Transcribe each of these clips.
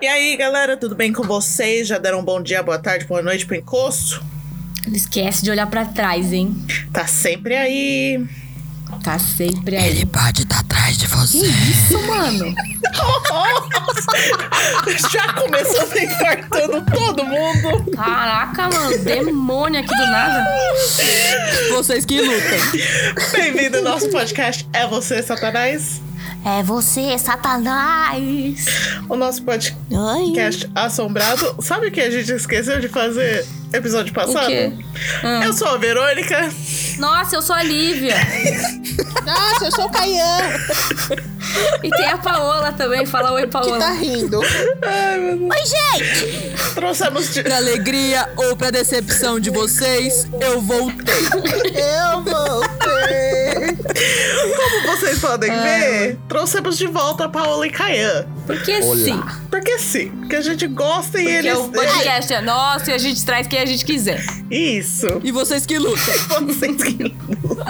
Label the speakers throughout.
Speaker 1: E aí, galera, tudo bem com vocês? Já deram um bom dia, boa tarde, boa noite pro encosto?
Speaker 2: Não esquece de olhar pra trás, hein?
Speaker 1: Tá sempre aí.
Speaker 2: Tá sempre aí.
Speaker 3: É
Speaker 4: pode estar tá atrás de
Speaker 2: Que
Speaker 4: você.
Speaker 2: isso, mano?
Speaker 1: Já começando infartando todo mundo.
Speaker 2: Caraca, mano. Demônio aqui do nada.
Speaker 4: Vocês que lutam.
Speaker 1: Bem-vindo ao nosso podcast É Você, Satanás?
Speaker 2: É você, Satanás.
Speaker 1: O nosso podcast assombrado. Sabe o que a gente esqueceu de fazer episódio passado?
Speaker 2: quê? Ah.
Speaker 1: Eu sou a Verônica.
Speaker 2: Nossa, eu sou a Lívia.
Speaker 3: Nossa, eu sou o Caian,
Speaker 2: E tem a Paola também. Fala oi,
Speaker 3: que
Speaker 2: Paola.
Speaker 3: tá rindo.
Speaker 1: Trouxemos de...
Speaker 4: Pra alegria ou pra decepção de vocês, eu voltei.
Speaker 3: Eu voltei.
Speaker 1: Como vocês podem
Speaker 2: Ah.
Speaker 1: ver, trouxemos de volta a Paola e Caian.
Speaker 2: Porque sim.
Speaker 1: Porque sim, porque a gente gosta e
Speaker 2: Porque
Speaker 1: eles.
Speaker 2: o podcast é nosso e a gente traz quem a gente quiser.
Speaker 1: Isso.
Speaker 4: E vocês que lutam.
Speaker 1: Vocês que.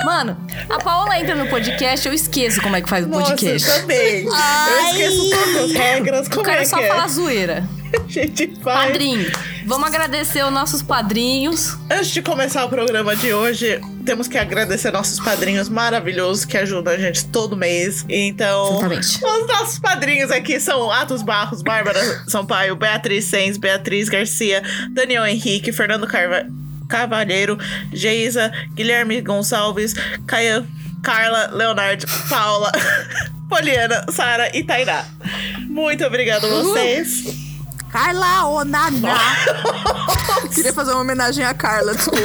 Speaker 2: Mano, a Paola entra no podcast, eu esqueço como é que faz o
Speaker 1: Nossa,
Speaker 2: podcast.
Speaker 1: eu também. Eu
Speaker 3: Ai.
Speaker 1: esqueço todas as regras. Como
Speaker 2: O cara
Speaker 1: é
Speaker 2: só
Speaker 1: que
Speaker 2: fala zoeira.
Speaker 1: é? A gente vai.
Speaker 2: Padrinho, vamos agradecer os nossos padrinhos.
Speaker 1: Antes de começar o programa de hoje, temos que agradecer nossos padrinhos maravilhosos que ajudam a gente todo mês. Então,
Speaker 2: Exatamente.
Speaker 1: os nossos padrinhos aqui são Atos Barros, Bárbara Sampaio, Beatriz Sens, Beatriz Garcia, Daniel Henrique, Fernando Carva Cavalheiro, Geisa, Guilherme Gonçalves, Caia, Carla, Leonardo, Paula, Poliana, Sara e Tainá. Muito obrigada a vocês.
Speaker 4: Carla Onaná. Queria fazer uma homenagem à Carla, desculpa.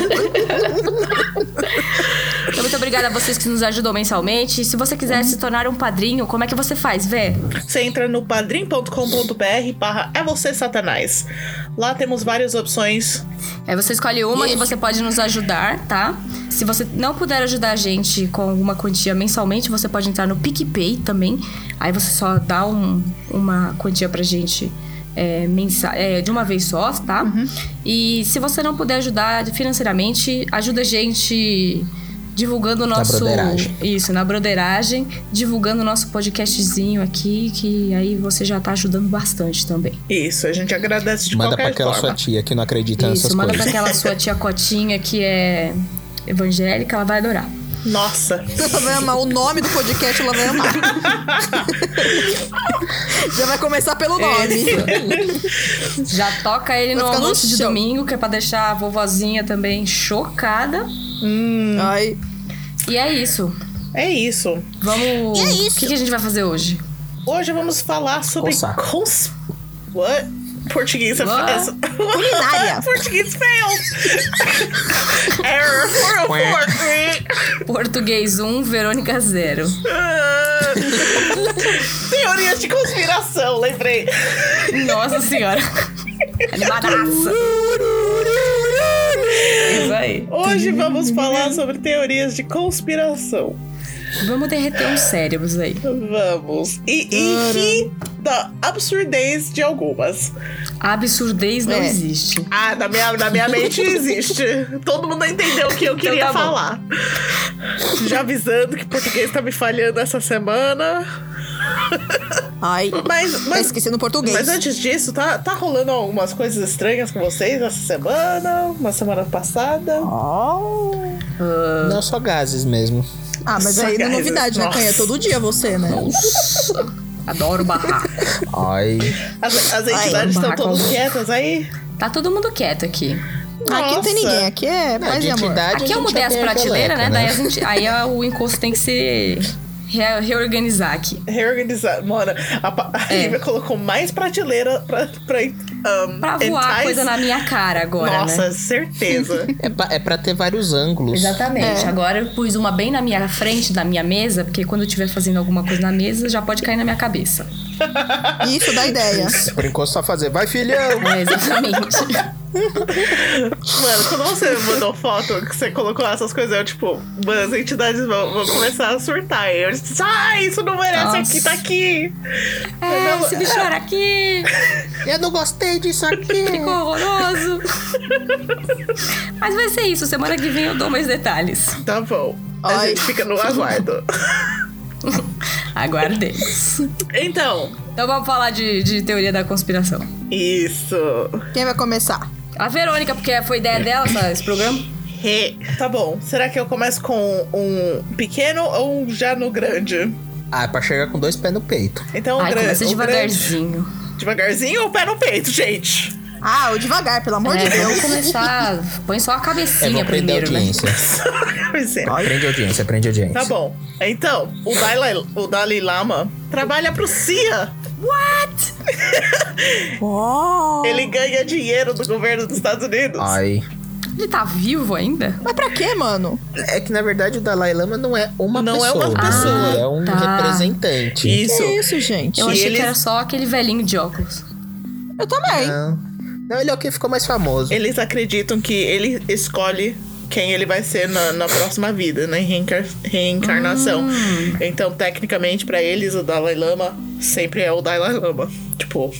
Speaker 2: Então, muito obrigada a vocês que nos ajudam mensalmente. E Se você quiser se tornar um padrinho, como é que você faz, Vê?
Speaker 1: Você entra no padrim.com.br barra é você satanás. Lá temos várias opções.
Speaker 2: Aí É, você escolhe uma que você pode nos ajudar, tá? Se você não puder ajudar a gente com alguma quantia mensalmente, você pode entrar no PicPay também. Aí você só dá um- uma quantia pra gente é, mensa- é, de uma vez só, tá? E se você não puder ajudar financeiramente, ajuda a gente divulgando o nosso.
Speaker 4: broderagem.
Speaker 2: Isso, na broderagem, divulgando o nosso podcastzinho aqui, que aí você já tá ajudando bastante também.
Speaker 1: Isso, a gente agradece de
Speaker 5: Manda pra
Speaker 1: qualquer
Speaker 5: aquela
Speaker 1: forma.
Speaker 5: sua tia que não acredita nessas
Speaker 2: Isso, manda pra
Speaker 5: coisas.
Speaker 2: aquela sua tia Cotinha que é evangélica, ela vai adorar.
Speaker 1: Nossa,
Speaker 3: Ela vai amar o nome do podcast, ela vai amar. Já vai começar pelo nome.
Speaker 2: Já toca ele no
Speaker 3: Vai ficar no
Speaker 2: almoço de
Speaker 3: chão.
Speaker 2: domingo, que é pra deixar a vovozinha também chocada.
Speaker 3: Ai.
Speaker 2: E é isso.
Speaker 1: é isso.
Speaker 2: Vamos.
Speaker 3: E é isso.
Speaker 2: O que, que a gente vai fazer hoje?
Speaker 1: Hoje vamos falar sobre
Speaker 5: Coçar.
Speaker 1: cons... What? Português é
Speaker 2: What?
Speaker 1: fácil.
Speaker 3: Culinária.
Speaker 1: Português fail. Error 404.
Speaker 2: Português 1, Verônica 0.
Speaker 1: Ah, Teorias de conspiração, lembrei.
Speaker 2: Nossa senhora. Animadaça. Isso aí.
Speaker 1: Hoje vamos falar sobre teorias de conspiração.
Speaker 2: Vamos derreter uns cérebros aí.
Speaker 1: Vamos. E, e ri da absurdez de algumas.
Speaker 2: A absurdez não
Speaker 3: É.
Speaker 2: existe.
Speaker 1: Ah, na minha, na minha mente existe. Todo mundo entendeu o que eu queria
Speaker 2: tá bom.
Speaker 1: falar. Então Já avisando que português tá me falhando essa semana.
Speaker 3: Ai.
Speaker 1: Mas,
Speaker 3: Tá
Speaker 1: mas,
Speaker 3: esquecendo português.
Speaker 1: mas antes disso, tá, tá rolando algumas coisas estranhas com vocês essa semana, uma semana passada.
Speaker 3: Oh.
Speaker 5: Não só gases mesmo.
Speaker 3: Ah, mas
Speaker 1: Nossa,
Speaker 3: aí não é
Speaker 1: guys.
Speaker 3: novidade, né,
Speaker 1: Nossa.
Speaker 3: Caian? Todo dia você, né?
Speaker 2: Adoro barrar.
Speaker 5: Ai.
Speaker 1: As, as
Speaker 3: Ai,
Speaker 1: entidades estão
Speaker 2: barraco.
Speaker 1: todas quietas aí.
Speaker 2: Tá todo mundo quieto aqui.
Speaker 3: Aqui não tem
Speaker 1: Nossa.
Speaker 3: ninguém, aqui é
Speaker 5: Na
Speaker 3: paz e amor.
Speaker 5: identidade,
Speaker 2: Aqui eu mudei as prateleiras, né? Daí a gente, aí a- o encosto tem que se re- reorganizar aqui.
Speaker 1: Reorganizar. Mano, a, pa- a
Speaker 2: É.
Speaker 1: Lívia colocou mais prateleira pra. pra, um,
Speaker 2: Pra voar
Speaker 1: entais.
Speaker 2: coisa na minha cara agora,
Speaker 1: Nossa,
Speaker 2: né?
Speaker 1: certeza.
Speaker 5: É pra, é pra ter vários ângulos.
Speaker 2: Exatamente. Agora eu pus uma bem na minha frente, da minha mesa, porque quando eu estiver fazendo alguma coisa na mesa, já pode cair na minha cabeça.
Speaker 3: Isso dá ideia.
Speaker 5: Por enquanto só fazer. Vai, filhão!
Speaker 2: É, exatamente.
Speaker 1: Mano, quando você mandou foto, que você colocou essas coisas, eu tipo, mano, as entidades vão, vão começar a surtar. E eu disse, ai, isso não merece
Speaker 2: Nossa.
Speaker 1: aqui, tá aqui.
Speaker 2: é, esse bicho era aqui,
Speaker 5: Eu não gostei disso aqui.
Speaker 2: ficou horroroso. Mas vai ser isso. Semana que vem eu dou mais detalhes.
Speaker 1: Tá bom. A
Speaker 3: Ai.
Speaker 1: gente fica no aguardo.
Speaker 2: Aguardemos.
Speaker 1: Então,
Speaker 2: Então vamos falar de, de teoria da conspiração.
Speaker 1: isso.
Speaker 3: Quem vai começar?
Speaker 2: A Verônica, porque foi ideia dela essa- esse programa.
Speaker 1: Re- Tá bom. Será que eu começo com um pequeno ou um já no grande?
Speaker 5: Ah, é pra chegar com dois pés no peito.
Speaker 1: Então, o
Speaker 2: Ai,
Speaker 1: grande.
Speaker 2: começa
Speaker 1: o grande-
Speaker 2: devagarzinho.
Speaker 1: Devagarzinho ou pé no peito, gente?
Speaker 3: Ah, o devagar, pelo amor de
Speaker 2: É,
Speaker 3: Deus.
Speaker 2: vamos começar. Põe só a
Speaker 5: Eu
Speaker 2: cabecinha
Speaker 5: É, vou prender a
Speaker 2: primeiro, né?
Speaker 5: audiência.
Speaker 1: Pois é.
Speaker 5: Prende a audiência, prende a audiência.
Speaker 1: Tá bom. Então, o Dalai, o Dalai Lama trabalha pro CIA.
Speaker 3: Oh,
Speaker 1: Ele ganha dinheiro do governo dos Estados Unidos.
Speaker 5: Ai.
Speaker 2: Ele tá vivo ainda?
Speaker 3: mas pra quê, mano?
Speaker 5: É que na verdade o Dalai Lama não é uma
Speaker 1: Não é
Speaker 5: pessoa.
Speaker 1: uma pessoa.
Speaker 5: Ele é um
Speaker 2: Ah, tá.
Speaker 5: representante.
Speaker 1: Isso.
Speaker 3: Que isso, gente?
Speaker 2: Eu
Speaker 1: E
Speaker 2: achei
Speaker 1: eles-
Speaker 2: que era só aquele velhinho de óculos.
Speaker 3: Eu também.
Speaker 5: Não. Não, ele é o que ficou mais famoso.
Speaker 1: Eles acreditam que ele escolhe quem ele vai ser na, na próxima vida, né? Reencar- reencarnação. Então, tecnicamente, pra eles, o Dalai Lama sempre é o Dalai Lama. Tipo,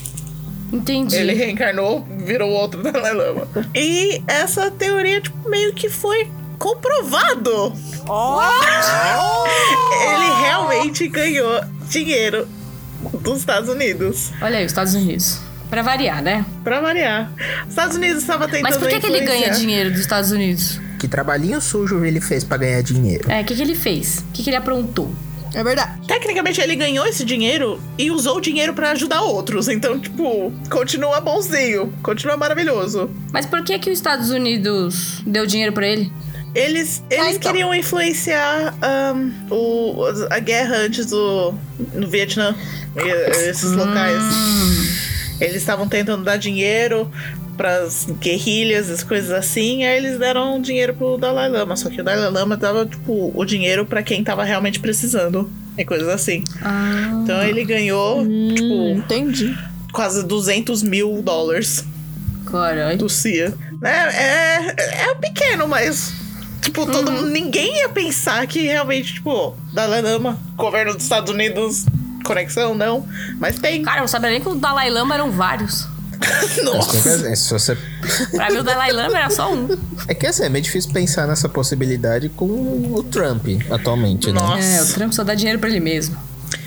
Speaker 2: Entendi.
Speaker 1: Ele reencarnou, virou outro Dalai Lama. E essa teoria, tipo, meio que foi comprovado.
Speaker 5: Ah.
Speaker 1: Ele realmente ganhou dinheiro dos Estados Unidos.
Speaker 2: Olha aí, os Estados Unidos. Pra variar, né?
Speaker 1: Pra variar. Os Estados Unidos estava tentando
Speaker 2: Mas por que, que ele ganha
Speaker 1: influenciar.
Speaker 2: dinheiro dos Estados Unidos?
Speaker 5: Que trabalhinho sujo ele fez pra ganhar dinheiro.
Speaker 2: É, o que, que ele fez? O que, que ele aprontou?
Speaker 3: É verdade.
Speaker 1: Tecnicamente, ele ganhou esse dinheiro e usou o dinheiro pra ajudar outros. Então, tipo, continua bonzinho. Continua maravilhoso.
Speaker 2: Mas por que, que os Estados Unidos deu dinheiro pra ele?
Speaker 1: Eles, eles
Speaker 3: então.
Speaker 1: queriam influenciar ahn, o, a guerra antes do no Vietnã, e- esses locais. Eles estavam tentando dar dinheiro pras guerrilhas, as coisas assim, aí eles deram dinheiro pro Dalai Lama, só que o Dalai Lama dava tipo o dinheiro pra quem tava realmente precisando. E coisas assim.
Speaker 2: Ah.
Speaker 1: Então ele ganhou,
Speaker 5: Hum.
Speaker 1: tipo,
Speaker 3: Entendi.
Speaker 1: quase 200 mil dólares
Speaker 2: Caralho.
Speaker 1: do CIA. É, é, é pequeno, mas. Tipo, todo mundo- ninguém ia pensar que realmente, tipo, Dalai Lama, governo dos Estados Unidos, conexão, não. Mas tem.
Speaker 2: Cara, eu não sabia nem que o Dalai Lama eram vários.
Speaker 5: Mas
Speaker 1: Nossa.
Speaker 5: tem que- é, se você-
Speaker 2: Pra mim, o Dalai Lama era só um.
Speaker 5: É que assim, é meio difícil pensar nessa possibilidade com o Trump atualmente, né?
Speaker 2: É, o
Speaker 1: Nossa.
Speaker 2: Trump só dá dinheiro pra ele mesmo.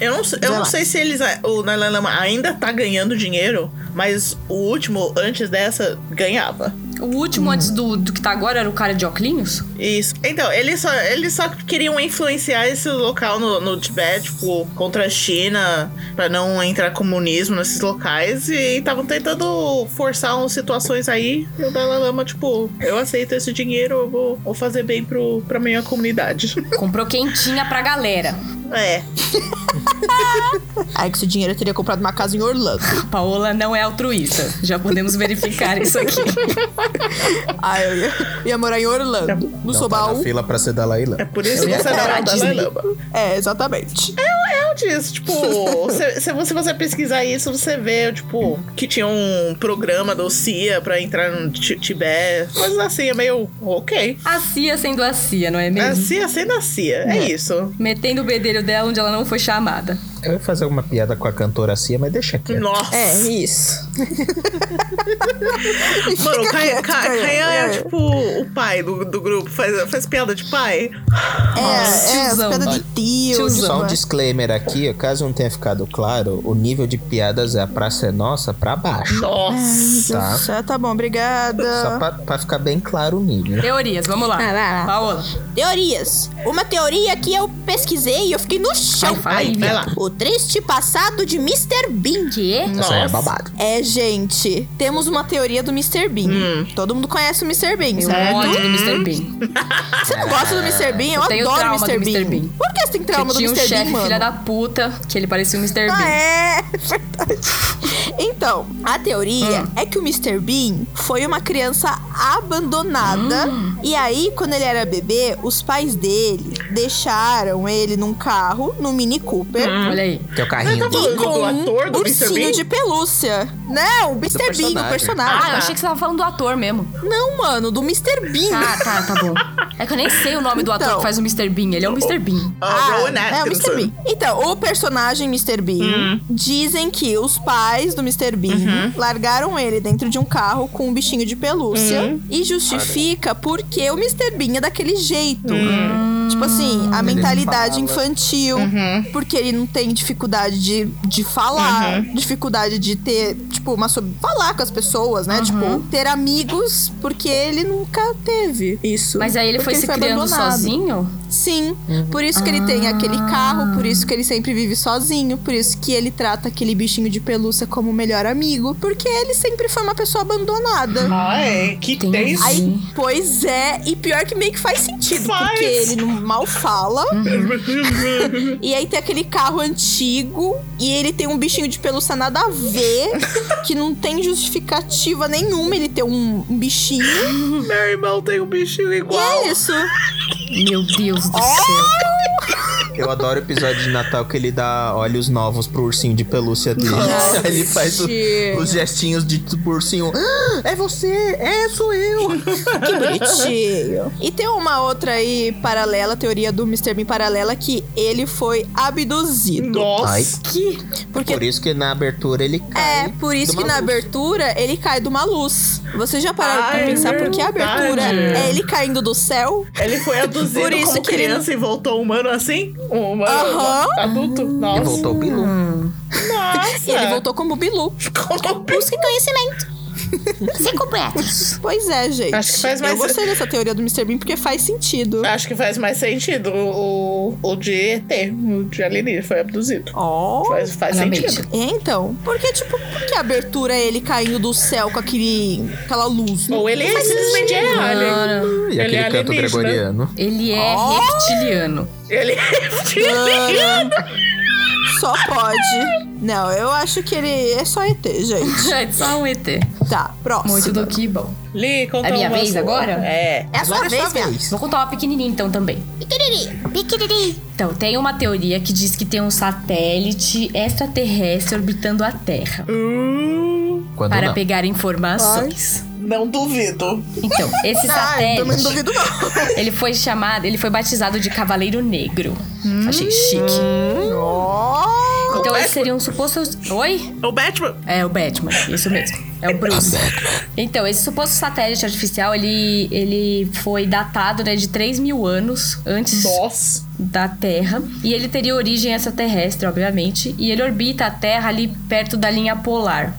Speaker 1: Eu não, sei- eu não
Speaker 3: lá.
Speaker 1: sei se eles. O Dalai Lama ainda tá ganhando dinheiro, mas o último, antes dessa, ganhava.
Speaker 2: O último antes do, do que tá agora era o cara de óculos?
Speaker 1: Isso. Então, eles só, eles só queriam influenciar esse local no, no Tibete, tipo, contra a China, pra não entrar comunismo nesses locais. E estavam tentando forçar umas situações aí. E o Dalai Lama, tipo, eu aceito esse dinheiro, eu vou, vou fazer bem pro, pra minha comunidade.
Speaker 2: Comprou quentinha pra galera.
Speaker 1: é.
Speaker 3: Aí com esse dinheiro eu teria comprado uma casa em Orlando.
Speaker 2: A Paola não é altruísta. Já podemos verificar isso aqui.
Speaker 3: Aí eu ia, ia morar em Orlando. No
Speaker 5: Não tá na
Speaker 3: Sobaú.
Speaker 5: fila pra ser Dalai Lama.
Speaker 1: um. É por isso que você não é o Dalai Lama.
Speaker 3: É, exatamente.
Speaker 1: Eu disse, tipo, se, se você, se você pesquisar isso, você vê, tipo, que tinha um programa do CIA pra entrar no Ti- Tibete. Coisas assim, é meio ok.
Speaker 2: A Cia sendo a Cia, não é
Speaker 1: A
Speaker 2: mesmo?
Speaker 1: Cia sendo a assim, Cia, é, isso.
Speaker 2: Metendo o bedelho dela onde ela não foi chamada.
Speaker 5: Eu ia fazer alguma piada com a cantora Cia, mas deixa aqui.
Speaker 1: Nossa.
Speaker 3: É, isso.
Speaker 1: Mano, o Kai-
Speaker 3: quieto,
Speaker 1: Kai-
Speaker 3: Caian.
Speaker 1: Caian é
Speaker 3: É.
Speaker 1: tipo o pai do, do grupo, faz, faz piada de pai.
Speaker 3: É, é, as
Speaker 2: tiozão.
Speaker 3: pedras de tio. de-
Speaker 5: Só um disclaimer aqui, ó, caso não tenha ficado claro, o nível de piadas é a praça é nossa pra baixo.
Speaker 1: Nossa.
Speaker 5: Tá?
Speaker 3: Tá. tá bom, obrigada.
Speaker 5: Só pra, pra ficar bem claro o nível.
Speaker 2: Teorias, vamos lá.
Speaker 3: Ah, vai lá.
Speaker 2: Paola.
Speaker 3: Teorias. Uma teoria que eu pesquisei e eu fiquei no chão.
Speaker 2: Vai, vai,
Speaker 1: Aí, vai lá.
Speaker 3: O triste passado de Mr. Bean.
Speaker 2: Quê?
Speaker 5: Essa aí é
Speaker 1: Nossa.
Speaker 5: babado.
Speaker 3: É, gente, temos uma teoria do Mr. Bean.
Speaker 2: Hum.
Speaker 3: Todo mundo conhece o Mr. Bean,
Speaker 2: Eu é
Speaker 3: certo?
Speaker 2: ódio do Mr. Bean.
Speaker 3: Você não gosta do Mr. Bean? Eu,
Speaker 2: Eu tenho
Speaker 3: adoro o
Speaker 2: trauma
Speaker 3: Mr.
Speaker 2: do
Speaker 3: Bean.
Speaker 2: Mr. Bean.
Speaker 3: Por que você tem trauma
Speaker 2: Porque
Speaker 3: do
Speaker 2: tinha um
Speaker 3: Mr. Bean,
Speaker 2: chefe
Speaker 3: mano?
Speaker 2: filha da puta que ele parecia o Mr.
Speaker 3: Ah,
Speaker 2: Bean.
Speaker 3: é, é verdade. Então, a teoria
Speaker 2: Hum.
Speaker 3: é que o Mr. Bean foi uma criança abandonada.
Speaker 2: Hum.
Speaker 3: E aí, quando ele era bebê, os pais dele deixaram ele num carro, num Mini Cooper. um
Speaker 2: Olha aí.
Speaker 5: Teu é carrinho.
Speaker 1: Tá falando do ator do Mr.
Speaker 3: ursinho
Speaker 1: Bean?
Speaker 3: de pelúcia. Não, o Mr. Bean,
Speaker 5: personagem.
Speaker 3: o personagem.
Speaker 2: Ah, eu achei que você tava falando do ator mesmo.
Speaker 3: Não, mano, do Mr. Bean.
Speaker 2: Ah, tá, tá bom. É que eu nem sei o nome do ator
Speaker 3: Então.
Speaker 2: que faz o Mr. Bean. Ele é o Mr. Bean.
Speaker 1: Ah, Rowan
Speaker 3: é o
Speaker 1: Atkinson.
Speaker 3: Mr. Bean. Então, o personagem Mr.
Speaker 1: Hum.
Speaker 3: Bean, dizem que os pais do Mr. Bean
Speaker 1: Uhum.
Speaker 3: largaram ele dentro de um carro com um
Speaker 1: Uhum.
Speaker 3: bichinho de pelúcia e justifica porque o Mr. Bean é daquele jeito. Tipo assim, a
Speaker 5: Ele não
Speaker 3: mentalidade
Speaker 5: fala.
Speaker 3: infantil,
Speaker 1: Uhum.
Speaker 3: porque ele não tem dificuldade de, de falar,
Speaker 1: Uhum.
Speaker 3: dificuldade de ter, tipo, uma sobre... falar com as pessoas, né?
Speaker 1: Uhum.
Speaker 3: Tipo, ter amigos, porque ele nunca teve isso.
Speaker 2: Mas aí ele
Speaker 3: Porque
Speaker 2: foi se criando
Speaker 3: abandonado.
Speaker 2: sozinho?
Speaker 3: Sim, por isso que ele tem aquele carro, por isso que ele sempre vive sozinho, por isso que ele trata aquele bichinho de pelúcia como o melhor amigo, porque ele sempre foi uma pessoa abandonada.
Speaker 1: Ai, que
Speaker 2: Tem-
Speaker 1: tenso.
Speaker 2: Ai,
Speaker 3: Aí, pois é, e pior que meio que faz sentido,
Speaker 1: Faz.
Speaker 3: porque ele não mal fala. e aí tem aquele carro antigo e ele tem um bichinho de pelúcia nada a ver, que não tem justificativa nenhuma ele ter um, um bichinho.
Speaker 1: Meu irmão tem um bichinho
Speaker 3: E
Speaker 1: igual.
Speaker 3: é isso.
Speaker 2: Meu Deus do céu.
Speaker 5: Eu adoro o episódio de Natal que ele dá olhos novos pro ursinho de pelúcia dele.
Speaker 3: Nossa.
Speaker 5: Ele faz o- os gestinhos de tipo ursinho. "Ah, é você! É, sou eu!
Speaker 3: Que bonitinho. E tem uma outra aí paralela, teoria do Mr. Bean paralela, que ele foi abduzido.
Speaker 5: Ai,
Speaker 1: Nossa.
Speaker 2: Que
Speaker 3: Porque
Speaker 5: Por isso que na abertura ele cai.
Speaker 3: É, por isso
Speaker 5: de
Speaker 3: que
Speaker 5: uma
Speaker 3: na
Speaker 5: luz.
Speaker 3: abertura ele cai de uma luz. Vocês já pararam
Speaker 1: Ah,
Speaker 3: pra
Speaker 1: é
Speaker 3: pensar porque a
Speaker 1: verdade.
Speaker 3: abertura é ele caindo do céu?
Speaker 1: Ele foi aduzido
Speaker 3: Por isso
Speaker 1: como
Speaker 3: que ele-
Speaker 1: criança e voltou humano assim? Um humano
Speaker 3: Aham.
Speaker 1: adulto? Nossa.
Speaker 5: E voltou o Bilu.
Speaker 3: Hum.
Speaker 1: Nossa.
Speaker 3: E ele voltou como Bilu.
Speaker 1: Como
Speaker 3: Busque conhecimento.
Speaker 2: cinco metros.
Speaker 3: Pois é, gente.
Speaker 1: Acho que faz mais- É.
Speaker 3: Eu gostei dessa teoria do Mr. Bean porque faz sentido.
Speaker 1: Acho que faz mais sentido o, o de ET, o de alienígena, foi abduzido.
Speaker 3: Ó.
Speaker 1: Faz, faz
Speaker 2: Realmente.
Speaker 1: sentido.
Speaker 3: É, então. Porque, tipo, por que a abertura é ele caindo do céu com aquele, aquela luz?
Speaker 1: Ou ele simplesmente é alien.
Speaker 2: Mano,
Speaker 5: E
Speaker 1: Ele
Speaker 5: aquele
Speaker 1: é
Speaker 5: canto
Speaker 1: alienígena.
Speaker 5: gregoriano.
Speaker 2: ele é
Speaker 3: Oh!
Speaker 2: reptiliano.
Speaker 1: Ele é
Speaker 3: Cara, Só pode. Não, eu acho que ele é só ET, gente.
Speaker 2: É só um ET.
Speaker 3: Tá, próximo.
Speaker 2: Muito do que bom.
Speaker 1: Li, conta
Speaker 2: É minha
Speaker 1: uma
Speaker 2: vez
Speaker 1: sua.
Speaker 2: agora?
Speaker 1: É.
Speaker 3: É a sua
Speaker 5: Agora é
Speaker 3: vez,
Speaker 5: sua
Speaker 3: minha.
Speaker 5: vez.
Speaker 2: Vou contar uma pequenininha então também. Então, tem uma teoria que diz que tem um satélite extraterrestre orbitando a Terra
Speaker 1: Hum,
Speaker 5: Quando
Speaker 2: para
Speaker 5: não.
Speaker 2: pegar informações.
Speaker 1: não duvido.
Speaker 2: Então, esse
Speaker 3: Ai, Tá, também não
Speaker 2: satélite,
Speaker 3: duvido não.
Speaker 2: ele foi chamado, ele foi batizado de Cavaleiro Negro. Achei chique.
Speaker 1: Hum.
Speaker 2: Então, ele seria um suposto... Oi?
Speaker 1: O Batman.
Speaker 2: É o Batman, isso mesmo. É o Bruce. Então, esse suposto satélite artificial, ele, ele foi datado né, de 3 mil anos antes
Speaker 1: Nossa.
Speaker 2: da Terra. E ele teria origem extraterrestre, obviamente. E ele orbita a Terra ali perto da linha polar.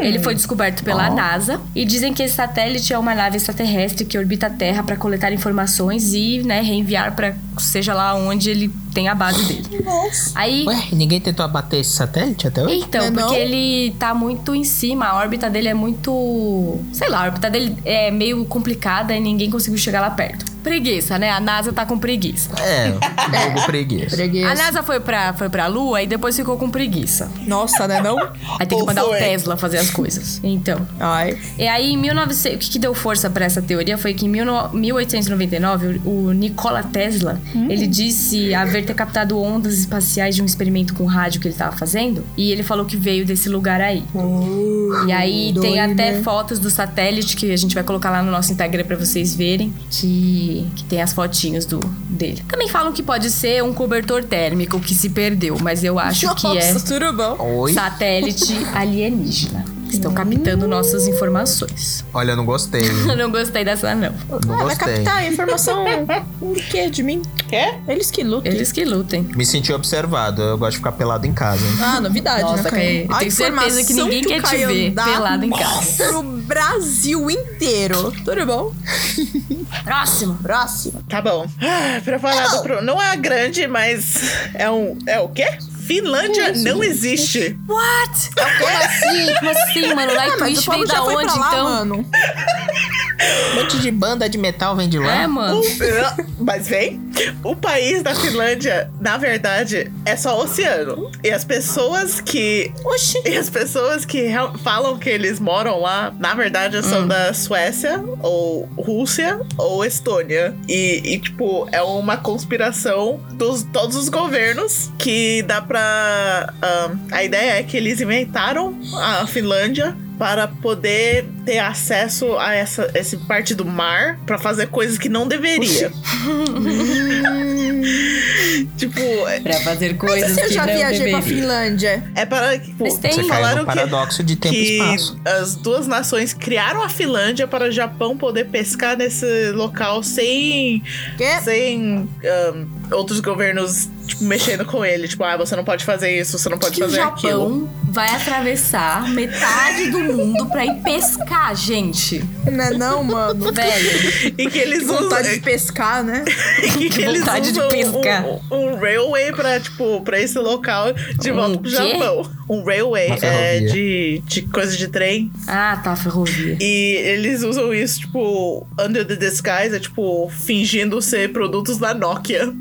Speaker 2: Ele foi descoberto pela NASA. E dizem que esse satélite é uma nave extraterrestre que orbita a Terra para coletar informações e né, reenviar para seja lá onde ele tem a base dele. Aí,
Speaker 5: Ué, ninguém tentou abater esse satélite até hoje?
Speaker 2: então,
Speaker 3: Não é
Speaker 2: porque
Speaker 3: não?
Speaker 2: ele tá muito em cima, a órbita dele é muito. Sei lá, a órbita dele é meio complicada e ninguém conseguiu chegar lá perto. Preguiça, né? A NASA tá com preguiça.
Speaker 5: É, jogo preguiça.
Speaker 2: A NASA foi pra, foi pra Lua e depois ficou com preguiça.
Speaker 3: Nossa, né não?
Speaker 2: Aí tem que
Speaker 1: Ou
Speaker 2: mandar o
Speaker 1: foi.
Speaker 2: Tesla fazer as coisas. Então.
Speaker 3: Ai.
Speaker 2: E aí, em 1900, o que, que deu força pra essa teoria foi que em 19- 1899, o o Nikola Tesla, ele disse haver ter captado ondas espaciais de um experimento com rádio que ele tava fazendo, e ele falou que veio desse lugar aí. e aí tem até fotos do satélite que a gente vai colocar lá no nosso Instagram pra vocês verem, que, que tem as fotinhos do dele. Também falam que pode ser um cobertor térmico que se perdeu, mas eu acho que é
Speaker 3: Nossa, tudo bom.
Speaker 5: Oi?
Speaker 2: satélite alienígena. Estão captando nossas informações.
Speaker 5: Olha, eu não gostei.
Speaker 2: Eu não gostei dessa, não.
Speaker 5: Não
Speaker 3: Ah, vai
Speaker 5: gostei.
Speaker 3: captar a informação Um do quê? De mim?
Speaker 1: Quer?
Speaker 3: Eles que lutam.
Speaker 2: Eles que lutem.
Speaker 5: Me senti observado. Eu gosto de ficar pelado em casa, hein?
Speaker 3: Ah, novidade,
Speaker 2: Nossa,
Speaker 3: né,
Speaker 2: Caio? Eu
Speaker 3: A
Speaker 2: tenho certeza que
Speaker 3: informação
Speaker 2: ninguém
Speaker 3: que o
Speaker 2: quer te
Speaker 3: Caio
Speaker 2: ver
Speaker 3: dá.
Speaker 2: pelado em casa.
Speaker 3: Pro Brasil inteiro. Tudo bom?
Speaker 2: Próximo.
Speaker 3: Próximo.
Speaker 1: Tá bom. Ah, Preparado pro. Não é grande, mas é um. É o quê? Finlândia não existe.
Speaker 2: What? Como assim? Como assim, mano? Light
Speaker 3: Ah, mas o
Speaker 2: Twitch
Speaker 3: povo
Speaker 2: vem
Speaker 3: já
Speaker 2: da
Speaker 3: foi
Speaker 2: onde,
Speaker 3: pra lá,
Speaker 2: então?
Speaker 3: mano.
Speaker 5: Um monte de banda de metal vem de
Speaker 2: É,
Speaker 5: lá.
Speaker 2: mano.
Speaker 1: O- Mas vem. O país da Finlândia, na verdade, é só oceano. E as pessoas que.
Speaker 3: Oxi.
Speaker 1: E as pessoas que real- falam que eles moram lá, na verdade, são da Suécia, ou Rússia, ou Estônia. E, e, tipo, é uma conspiração dos todos os governos que dá pra. ah, a ideia é que eles inventaram a Finlândia para poder ter acesso a essa, essa parte do mar pra fazer coisas que não deveria. tipo, é-
Speaker 6: Pra fazer coisas
Speaker 3: Mas se eu
Speaker 6: que
Speaker 3: já
Speaker 6: não
Speaker 3: viajei pra
Speaker 6: deveria.
Speaker 3: Finlândia?
Speaker 1: é para. Tipo,
Speaker 2: Mas tem-
Speaker 5: Você cai
Speaker 1: falaram
Speaker 5: no
Speaker 1: que-
Speaker 5: paradoxo de tempo e
Speaker 1: que
Speaker 5: espaço.
Speaker 1: as duas nações criaram a Finlândia para o Japão poder pescar nesse local sem,
Speaker 2: É.
Speaker 3: Quê?
Speaker 1: sem ahn, outros governos tipo, mexendo com ele. Tipo, ah, você não pode fazer isso, você não pode
Speaker 2: que o
Speaker 1: fazer
Speaker 2: Japão
Speaker 1: aquilo.
Speaker 2: vai atravessar metade do mundo pra ir pescar, gente.
Speaker 3: Não é não, mano.
Speaker 2: Velho,
Speaker 1: E que eles
Speaker 3: Que
Speaker 1: usam.
Speaker 3: vontade de pescar, né?
Speaker 1: E que
Speaker 2: Que
Speaker 1: eles
Speaker 2: vontade de
Speaker 1: usam
Speaker 2: pescar.
Speaker 1: Um, um railway pra, tipo, pra esse local de
Speaker 2: Um
Speaker 1: volta pro
Speaker 2: quê?
Speaker 1: Japão. Um railway
Speaker 5: Uma
Speaker 1: é,
Speaker 5: ferrovia.
Speaker 1: de, de coisa de trem.
Speaker 2: ah tá, ferrovia.
Speaker 1: E eles usam isso, tipo, under the disguise, é tipo, fingindo ser produtos da Nokia.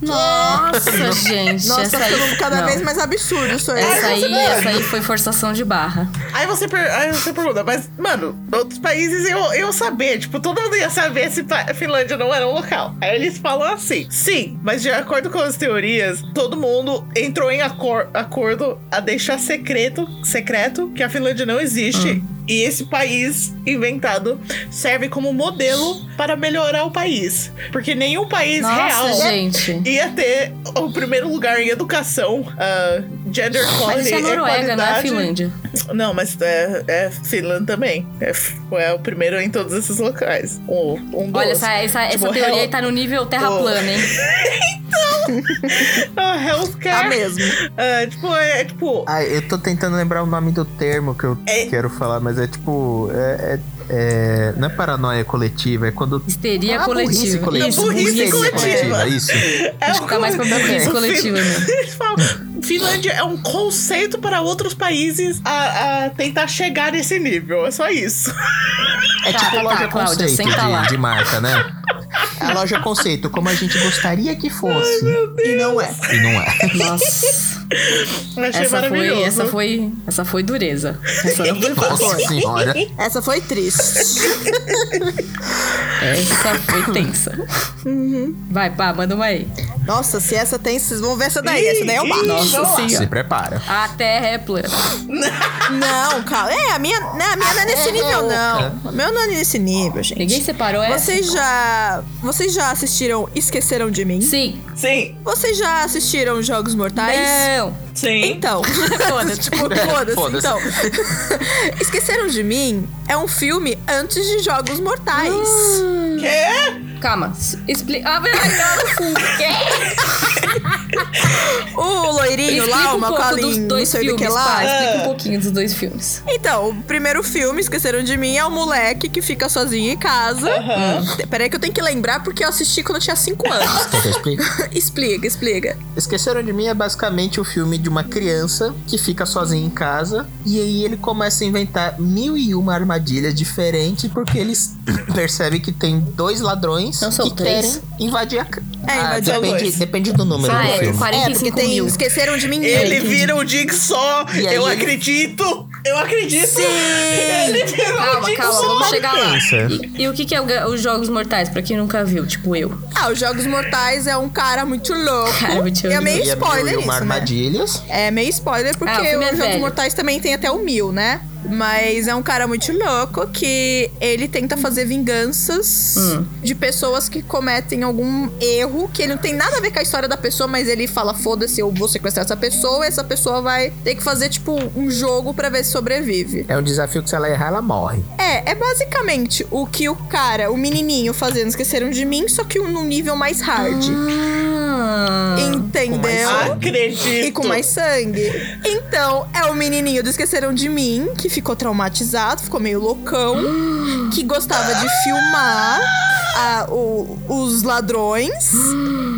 Speaker 2: Nossa, gente.
Speaker 3: Nossa,
Speaker 2: essa
Speaker 3: tá
Speaker 2: aí-
Speaker 3: ficando cada
Speaker 2: não.
Speaker 3: vez mais absurdo isso aí.
Speaker 2: Essa aí, essa aí foi forçação de barra.
Speaker 1: Aí você, per- aí você pergunta, mas, mano, outros países eu, eu saber, tipo, todo mundo ia saber se pa- Finlândia não era um local. Aí eles falam assim, sim, mas de acordo com as teorias, todo mundo entrou em acor- acordo a deixar secreto, secreto que a Finlândia não existe. E esse país inventado serve como modelo para melhorar o país. Porque nenhum país
Speaker 2: Nossa,
Speaker 1: real
Speaker 2: gente.
Speaker 1: ia ter o primeiro lugar em educação, ah, gender equality,
Speaker 2: Mas isso é Noruega, não é
Speaker 1: equalidade.
Speaker 2: Finlândia.
Speaker 1: Não, mas é, é Finland também. É, f- é o primeiro em todos esses locais. Um, um dos.
Speaker 2: Olha, essa, essa, essa
Speaker 1: Tipo,
Speaker 2: teoria
Speaker 1: real-
Speaker 2: aí tá no nível terra
Speaker 1: Oh.
Speaker 2: plana, hein?
Speaker 1: Ah,
Speaker 3: Tá
Speaker 1: healthcare.
Speaker 3: mesmo.
Speaker 1: É, tipo, é, é, tipo.
Speaker 5: Ah, eu tô tentando lembrar o nome do termo que eu
Speaker 1: É-
Speaker 5: quero falar, mas é tipo. É, é- é- não é paranoia coletiva, é quando.
Speaker 2: Histeria
Speaker 5: Ah, burrice
Speaker 2: coletiva.
Speaker 5: coletiva.
Speaker 2: Isso,
Speaker 1: Burrice
Speaker 5: Histeria
Speaker 1: coletiva.
Speaker 5: Isso.
Speaker 1: É
Speaker 2: Acho que tá mais pra burrice coletiva, né?
Speaker 1: Eles falam, Finlândia é um conceito para outros países a, a tentar chegar nesse nível. É só isso.
Speaker 5: É
Speaker 2: Tá,
Speaker 5: tipo
Speaker 2: tá,
Speaker 5: loja
Speaker 2: tá, Cláudia,
Speaker 5: conceito
Speaker 2: senta lá.
Speaker 5: de, de marca, né? A loja conceito, como a gente gostaria que fosse. e não é. E não é.
Speaker 2: Nossa,
Speaker 1: Eu achei
Speaker 2: essa
Speaker 1: maravilhoso.
Speaker 2: foi, essa foi, essa foi dureza. Essa não foi fácil.
Speaker 5: Nossa senhora.
Speaker 3: Essa foi triste.
Speaker 2: Essa foi tensa. Vai, pá, manda uma aí.
Speaker 3: Nossa, se essa tem, vocês vão ver essa daí. Essa daí é o barco.
Speaker 2: Nossa
Speaker 5: Se
Speaker 2: senhora.
Speaker 5: prepara.
Speaker 2: A terra é plana.
Speaker 3: Não, calma. É, a minha, né, a
Speaker 5: Ah,
Speaker 3: minha não é nesse nível, não. A minha não é nesse nível,
Speaker 2: Ninguém
Speaker 3: gente.
Speaker 2: separou é? essa?
Speaker 3: Vocês já. Vocês já assistiram Esqueceram de Mim?
Speaker 2: Sim.
Speaker 1: Sim,
Speaker 3: Vocês já assistiram Jogos Mortais?
Speaker 2: Não.
Speaker 1: sim.
Speaker 3: Então, foda-se, tipo, foda-se.
Speaker 5: Foda-se.
Speaker 3: então, Esqueceram de Mim é um filme antes de Jogos Mortais.
Speaker 1: Quê?
Speaker 2: Calma. s- Explica. Ah, vai lá no fundo. Quê?
Speaker 3: O loirinho
Speaker 2: Ah. Explica
Speaker 3: lá, o
Speaker 2: um pouco dos
Speaker 3: Macaulay, não
Speaker 2: dois
Speaker 3: sei do que
Speaker 2: filmes,
Speaker 3: lá.
Speaker 2: pá. Explica um pouquinho dos dois filmes.
Speaker 3: Então, o primeiro filme, Esqueceram de Mim, é o moleque que fica sozinho em casa. Te- Peraí que eu tenho que lembrar porque eu assisti quando eu tinha 5 anos.
Speaker 5: Quer que eu explique?
Speaker 3: explica, explica.
Speaker 5: Esqueceram de mim é basicamente o filme de uma criança que fica sozinha em casa e aí ele começa a inventar mil e uma armadilhas diferentes porque eles percebe que tem dois ladrões
Speaker 2: Não são
Speaker 5: que
Speaker 2: três?
Speaker 5: querem invadir a casa.
Speaker 3: É, invadir
Speaker 1: os
Speaker 5: depende,
Speaker 1: dois.
Speaker 5: depende do número
Speaker 2: Ah,
Speaker 5: do
Speaker 2: é, tem
Speaker 5: filme.
Speaker 2: 45
Speaker 3: porque tem
Speaker 2: mil.
Speaker 3: Esqueceram de Mim.
Speaker 1: Ele
Speaker 3: dois.
Speaker 1: vira o Dig só.
Speaker 5: E aí
Speaker 1: Eu
Speaker 5: ele-
Speaker 1: acredito! Eu acredito!
Speaker 3: Sim!
Speaker 1: Ele vira o
Speaker 2: Calma,
Speaker 1: Dig
Speaker 2: calma,
Speaker 1: só.
Speaker 2: vamos chegar lá.
Speaker 5: Pensa.
Speaker 2: E, e o que, que é o ga- os Jogos Mortais, pra quem nunca viu, tipo eu?
Speaker 3: Ah, os Jogos Mortais é um cara muito louco.
Speaker 2: Cara, muito
Speaker 3: é
Speaker 2: louco.
Speaker 3: meio
Speaker 5: E é mil
Speaker 3: spoiler
Speaker 5: e uma
Speaker 3: isso, né?
Speaker 5: armadilhas.
Speaker 3: É meio spoiler porque
Speaker 2: Ah, o filme é
Speaker 3: os Jogos
Speaker 2: velho.
Speaker 3: Mortais também tem até o Mil, né? Mas é um cara muito louco que ele tenta fazer vinganças
Speaker 2: Hum.
Speaker 3: de pessoas que cometem algum erro que ele não tem nada a ver com a história da pessoa, mas ele fala: foda-se, eu vou sequestrar essa pessoa. E essa pessoa vai ter que fazer, tipo, um jogo pra ver se sobrevive.
Speaker 5: É um desafio que se ela errar, ela morre.
Speaker 3: É, é basicamente o que o cara, o menininho fazendo Esqueceram de Mim, só que num nível mais hard.
Speaker 2: Ah,
Speaker 3: Entendeu?
Speaker 1: Acredito!
Speaker 3: E com mais sangue. Então, é o menininho do Esqueceram de Mim, que ficou traumatizado, ficou meio loucão, que gostava de filmar ah, o- os ladrões.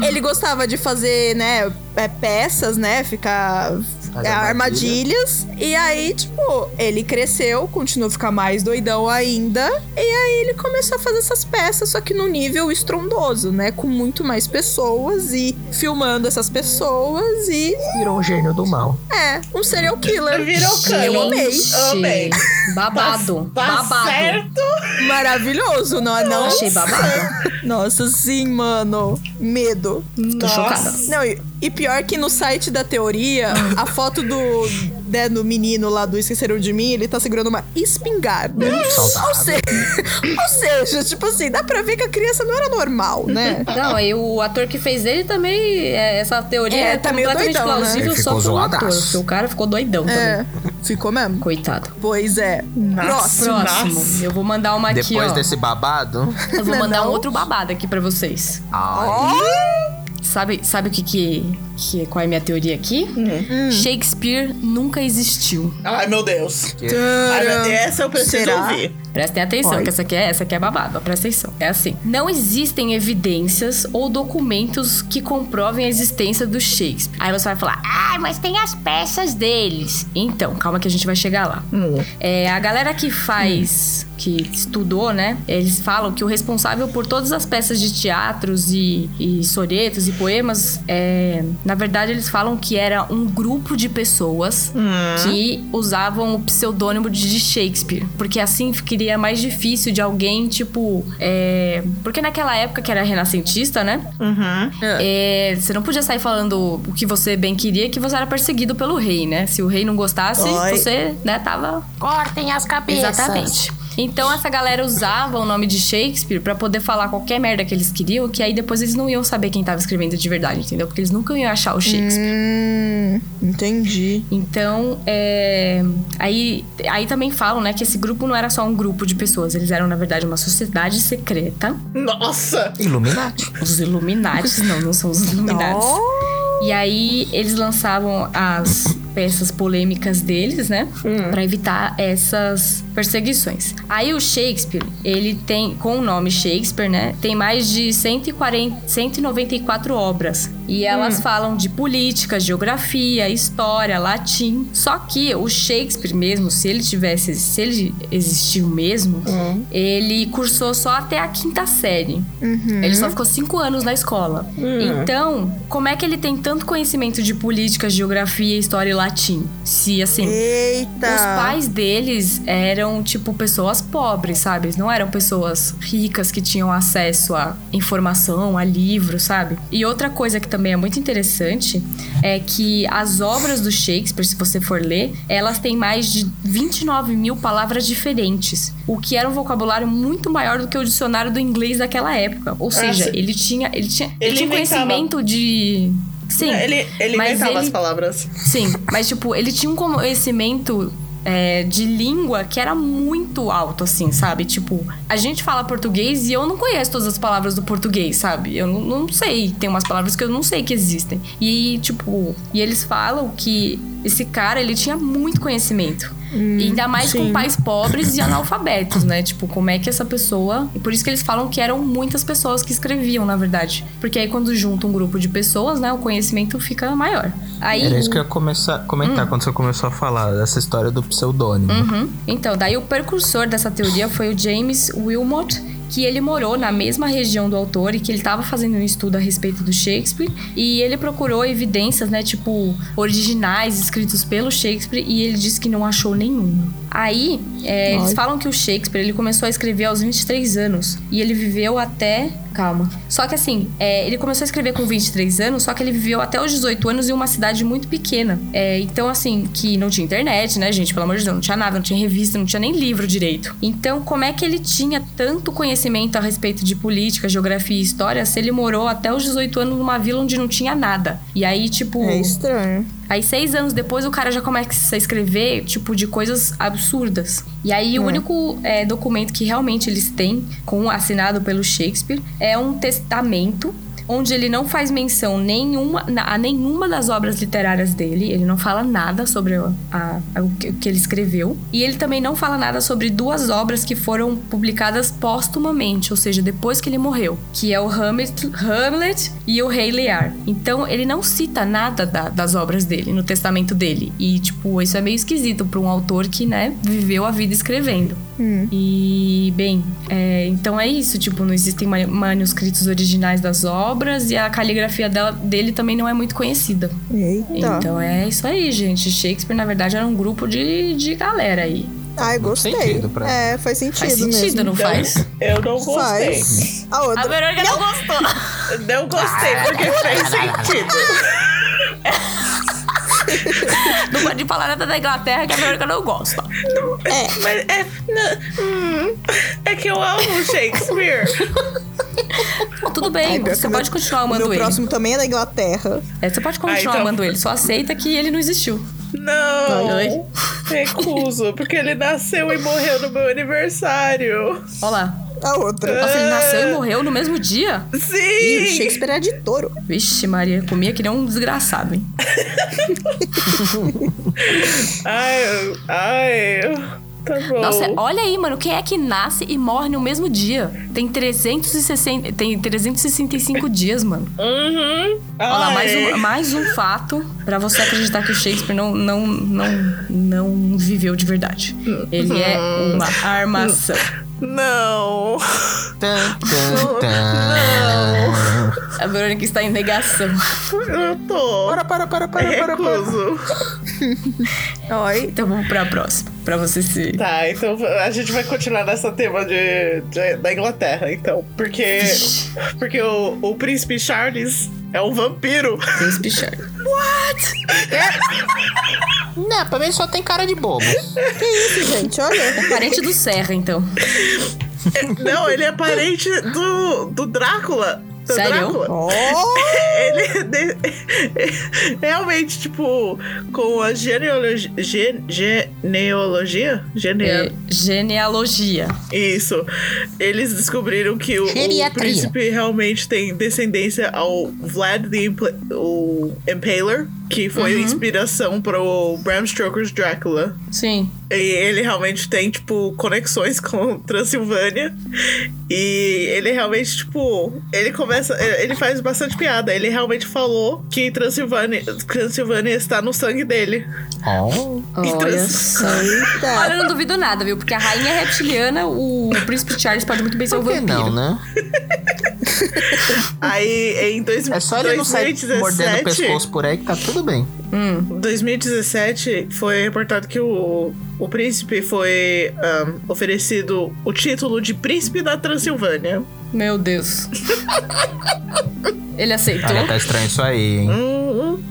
Speaker 3: Ele gostava de fazer, né, é, peças, né, ficar...
Speaker 5: As
Speaker 3: é, armadilhas. E aí, tipo, ele cresceu, continuou a ficar mais doidão ainda. E aí ele começou a fazer essas peças, só que num nível estrondoso, né? Com muito mais pessoas e filmando essas pessoas e
Speaker 5: Virou um gênio do mal.
Speaker 3: é, um serial killer.
Speaker 1: Virou cano.
Speaker 3: Eu amei.
Speaker 1: Amei.
Speaker 2: Babado.
Speaker 1: Tá
Speaker 2: babado.
Speaker 1: certo?
Speaker 3: Maravilhoso, não é não?
Speaker 2: Achei babado.
Speaker 3: Nossa, sim, mano. Medo.
Speaker 2: Tô chocada.
Speaker 3: Não, e, e pior que no site da teoria, a foto do, né, no menino lá do Esqueceram de Mim, ele tá segurando uma espingarda.
Speaker 5: saudável.
Speaker 3: Ou seja, ou seja, tipo assim, dá pra ver que a criança não era normal, né?
Speaker 2: Não, e o ator que fez ele também. é, Essa teoria
Speaker 3: É,
Speaker 2: é,
Speaker 3: tá meio
Speaker 2: completamente
Speaker 3: doidão, né?
Speaker 2: plausível
Speaker 5: Ele
Speaker 2: só
Speaker 5: ficou
Speaker 2: pro ator.
Speaker 5: zoadaço.
Speaker 2: porque O cara ficou doidão
Speaker 3: É,
Speaker 2: também.
Speaker 3: ficou mesmo.
Speaker 2: Coitado.
Speaker 3: Pois é.
Speaker 1: Nossa.
Speaker 3: Próximo.
Speaker 2: Próximo. Eu vou mandar uma aqui,
Speaker 5: Depois
Speaker 2: ó.
Speaker 5: desse babado.
Speaker 2: Eu vou
Speaker 3: Não é
Speaker 2: mandar um
Speaker 3: não?
Speaker 2: outro babado aqui pra vocês.
Speaker 5: Ai,
Speaker 2: Sabe, sabe o que que, que- Qual é a minha teoria aqui?
Speaker 3: Hum.
Speaker 2: Shakespeare nunca existiu.
Speaker 1: Ai, meu Deus.
Speaker 5: que-
Speaker 1: Ai, meu- Essa eu preciso
Speaker 3: Será?
Speaker 1: ouvir.
Speaker 2: Prestem atenção,
Speaker 3: Oi.
Speaker 2: que essa aqui, é, essa aqui é babado, ó, presta atenção. É assim: não existem evidências ou documentos que comprovem a existência do Shakespeare. Aí você vai falar, ah, mas tem as peças deles. Então, calma que a gente vai chegar lá. É, a galera que faz, que estudou, né? Eles falam que o responsável por todas as peças de teatros e, e sonetos e poemas, é, na verdade, eles falam que era um grupo de pessoas
Speaker 1: Hum.
Speaker 2: que usavam o pseudônimo de de Shakespeare. Porque assim ficaria mais difícil de alguém, tipo. é, porque naquela época que era renascentista, né?
Speaker 1: Uhum.
Speaker 2: é, você não podia sair falando o que você bem queria, que você era perseguido pelo rei, né? Se o rei não gostasse,
Speaker 1: Oi.
Speaker 2: você, né, tava
Speaker 6: Cortem as cabeças.
Speaker 2: Exatamente. Então essa galera usava o nome de Shakespeare pra poder falar qualquer merda que eles queriam, que aí depois eles não iam saber quem tava escrevendo de verdade, entendeu? Porque eles nunca iam achar o Shakespeare.
Speaker 3: Hum, entendi.
Speaker 2: Então, é, aí, aí também falam, né, que esse grupo não era só um grupo de pessoas, eles eram na verdade uma sociedade secreta,
Speaker 1: Nossa.
Speaker 5: Illuminati.
Speaker 2: os Illuminati, não, não são os Illuminati. E aí eles lançavam as peças polêmicas deles, né? Pra evitar essas perseguições. Aí o Shakespeare, ele tem com o nome Shakespeare, né? Tem mais de 140, 194 obras. E elas falam de política, geografia, história, latim. Só que o Shakespeare mesmo, se ele tivesse, se ele existiu mesmo, ele cursou só até a quinta série. Ele só ficou cinco anos na escola. Então, como é que ele tem tanto conhecimento de política, geografia, história e latim? Se, assim,
Speaker 3: Eita.
Speaker 2: os pais deles eram, tipo, pessoas pobres, sabe? Eles Não eram pessoas ricas que tinham acesso a informação, a livros, sabe? E outra coisa que também é muito interessante é que as obras do Shakespeare, se você for ler, elas têm mais de 29 mil palavras diferentes, o que era um vocabulário muito maior do que o dicionário do inglês daquela época. Ou seja,
Speaker 1: se-
Speaker 2: ele tinha, ele tinha, ele
Speaker 1: Ah, Ele
Speaker 2: tinha um
Speaker 1: inventava.
Speaker 2: conhecimento de. Sim,
Speaker 1: Ele, ele
Speaker 2: mas
Speaker 1: inventava
Speaker 2: ele-
Speaker 1: as palavras.
Speaker 2: Sim, mas tipo, ele tinha um conhecimento é, de língua que era muito alto, assim, sabe? Tipo, a gente fala português e eu não conheço todas as palavras do português, sabe? Eu não, não sei, tem umas palavras que eu não sei que existem. E, tipo, e eles falam que esse cara, ele tinha muito conhecimento. E ainda mais com pais pobres e analfabetos, né? Tipo, como é que essa pessoa. E por isso que eles falam que eram muitas pessoas que escreviam, na verdade. Porque aí quando junta um grupo de pessoas, né? O conhecimento fica maior. Aí.
Speaker 5: Era isso que eu ia começar, comentar quando você começou a falar dessa história do pseudônimo.
Speaker 2: Uhum. Então, daí o precursor dessa teoria foi o James Wilmot, que ele morou na mesma região do autor e que ele estava fazendo um estudo a respeito do Shakespeare e ele procurou evidências, né, tipo originais escritos pelo Shakespeare e ele disse que não achou nenhuma. Aí, é, eles falam que o Shakespeare, ele começou a escrever aos 23 anos e ele viveu até Calma. Só que assim, é, ele começou a escrever com 23 anos, só que ele viveu até os 18 anos em uma cidade muito pequena. É, então, assim, que não tinha internet, né, gente? Pelo amor de Deus, não tinha nada, não tinha revista, não tinha nem livro direito. Então, como é que ele tinha tanto conhecimento a respeito de política, geografia e história se ele morou até os 18 anos numa vila onde não tinha nada? E aí, tipo.
Speaker 3: É estranho.
Speaker 2: Aí, seis anos depois, o cara já começa a escrever, tipo, de coisas absurdas. E aí, o único é, documento que realmente eles têm, com assinado pelo Shakespeare, é um testamento. Onde ele não faz menção nenhuma, na- a nenhuma das obras literárias dele, ele não fala nada sobre a- a- a- o, que, o que ele escreveu. E ele também não fala nada sobre duas obras que foram publicadas póstumamente, ou seja, depois que ele morreu, que é o Hamlet, Hamlet e o Rei Lear. Então, ele não cita nada da- das obras dele no testamento dele. E, tipo, isso é meio esquisito para um autor que, né, viveu a vida escrevendo. E, bem, é, então é isso. Tipo, não existem ma- manuscritos originais das obras e a caligrafia dela- dele também não é muito conhecida.
Speaker 3: Eita.
Speaker 2: Então é isso aí, gente. Shakespeare, na verdade, era um grupo de, de galera aí.
Speaker 3: Ai,
Speaker 5: Não
Speaker 3: gostei.
Speaker 5: faz sentido pra-
Speaker 3: É, faz sentido
Speaker 2: Faz sentido,
Speaker 3: mesmo.
Speaker 2: não
Speaker 1: Então,
Speaker 2: faz? é
Speaker 1: Eu não gostei.
Speaker 3: Faz. A outra.
Speaker 6: A Verônica não gostou.
Speaker 1: Não gostei porque fez sentido.
Speaker 2: Não pode falar nada da Inglaterra, que é a Verônica não gosta.
Speaker 1: Mas é. não, hum, é que eu amo Shakespeare.
Speaker 2: Tudo bem,
Speaker 3: pior
Speaker 2: você
Speaker 3: que
Speaker 2: pode
Speaker 3: meu-
Speaker 2: continuar amando
Speaker 3: Meu
Speaker 2: ele.
Speaker 3: próximo também é da Inglaterra.
Speaker 2: É, você pode continuar
Speaker 1: Ah, então-
Speaker 2: amando ele, só aceita que ele não existiu.
Speaker 1: Não!
Speaker 2: Oi.
Speaker 1: Recuso, porque ele nasceu e morreu no meu aniversário.
Speaker 2: Olha lá.
Speaker 3: A outra.
Speaker 2: Nossa, ele nasceu e morreu no mesmo dia?
Speaker 3: E o
Speaker 1: Sim!
Speaker 3: Shakespeare era de touro.
Speaker 2: Vixe, Maria, comia que nem um desgraçado, hein?
Speaker 1: Ai, eu- ai. eu- Tá bom.
Speaker 2: Nossa, olha aí, mano, quem é que nasce e morre no mesmo dia? Tem 360, tem 365 dias, mano.
Speaker 1: Uhum.
Speaker 2: Olha lá, mais
Speaker 1: Ai.
Speaker 2: um, mais um fato pra você acreditar que o Shakespeare não, não, não, não viveu de verdade. Ele é
Speaker 1: Uhum.
Speaker 2: uma armação.
Speaker 1: Não.
Speaker 5: Tan, tan,
Speaker 1: Não.
Speaker 5: tan.
Speaker 2: A Verônica está em negação.
Speaker 1: Eu tô.
Speaker 5: Para, para, para,
Speaker 1: É
Speaker 5: para, para, para.
Speaker 1: Recuso.
Speaker 3: Oi.
Speaker 2: Então vamos pra próxima, pra você se...
Speaker 1: Tá, então a gente vai continuar nessa tema de, de- da Inglaterra, então. Porque.
Speaker 5: É.
Speaker 1: Porque o, o príncipe Charles é um vampiro.
Speaker 2: Príncipe Charles.
Speaker 5: Não, pra mim só tem cara de bobo.
Speaker 3: Que isso, gente? Olha.
Speaker 2: Parente do Serra, então.
Speaker 1: Não, ele é parente do, do Drácula. Do
Speaker 2: Sério?
Speaker 1: Drácula.
Speaker 3: Oh,
Speaker 1: Ele de- realmente, tipo, com a genealogia. Gen, genealogia?
Speaker 2: É,
Speaker 1: Genea,
Speaker 2: genealogia.
Speaker 1: Isso. Eles descobriram que o, o
Speaker 5: Geriatria.
Speaker 1: príncipe realmente tem descendência ao Vlad the Imp- o Impaler, que
Speaker 5: Uhum.
Speaker 1: foi a inspiração para o Bram Stoker's Drácula.
Speaker 2: Sim.
Speaker 1: E ele realmente tem, tipo, conexões com Transilvânia. E ele realmente, tipo, ele começa. é, Ele faz bastante piada. Ele realmente falou que Transilvânia, Transilvânia está no sangue dele.
Speaker 5: Oh.
Speaker 2: Olha só. Olha,
Speaker 3: eita.
Speaker 2: eu não duvido nada, viu? Porque a rainha é reptiliana, o príncipe Charles pode muito bem ser o
Speaker 5: Por que
Speaker 2: vampiro.
Speaker 5: não, né?
Speaker 1: Aí em dois,
Speaker 5: É só ele não sair
Speaker 1: 2017.
Speaker 5: mordendo o pescoço por aí que tá tudo bem.
Speaker 2: Hum.
Speaker 1: 2017 foi reportado que o, o príncipe foi ahn, oferecido o título de príncipe da Transilvânia.
Speaker 2: Meu Deus. Ele aceitou?
Speaker 5: Olha, tá estranho isso aí, hein?
Speaker 1: Hum, hum.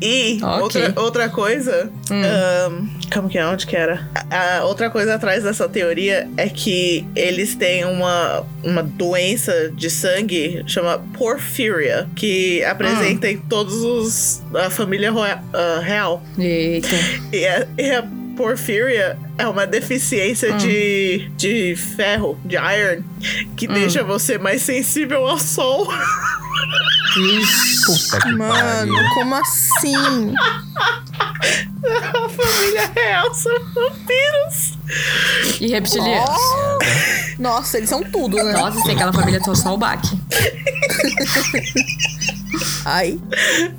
Speaker 1: E
Speaker 2: Ok.
Speaker 1: outra, outra coisa. ahn, como que é? Onde que era? A, a outra coisa atrás dessa teoria é que eles têm uma, uma doença de sangue chama porfíria, que apresenta em todos os. a família roa- ah, real.
Speaker 2: Eita.
Speaker 1: E a, e a porfíria é uma deficiência de, de ferro, de iron, que deixa você mais sensível ao sol.
Speaker 5: Puta que
Speaker 3: Mano,
Speaker 5: pariu.
Speaker 3: como assim?
Speaker 1: a família real são vampiros.
Speaker 2: E reptilianos.
Speaker 3: Nossa, eles são tudo, né?
Speaker 2: Nossa, sei que aquela família tô só o baque.
Speaker 3: Ai.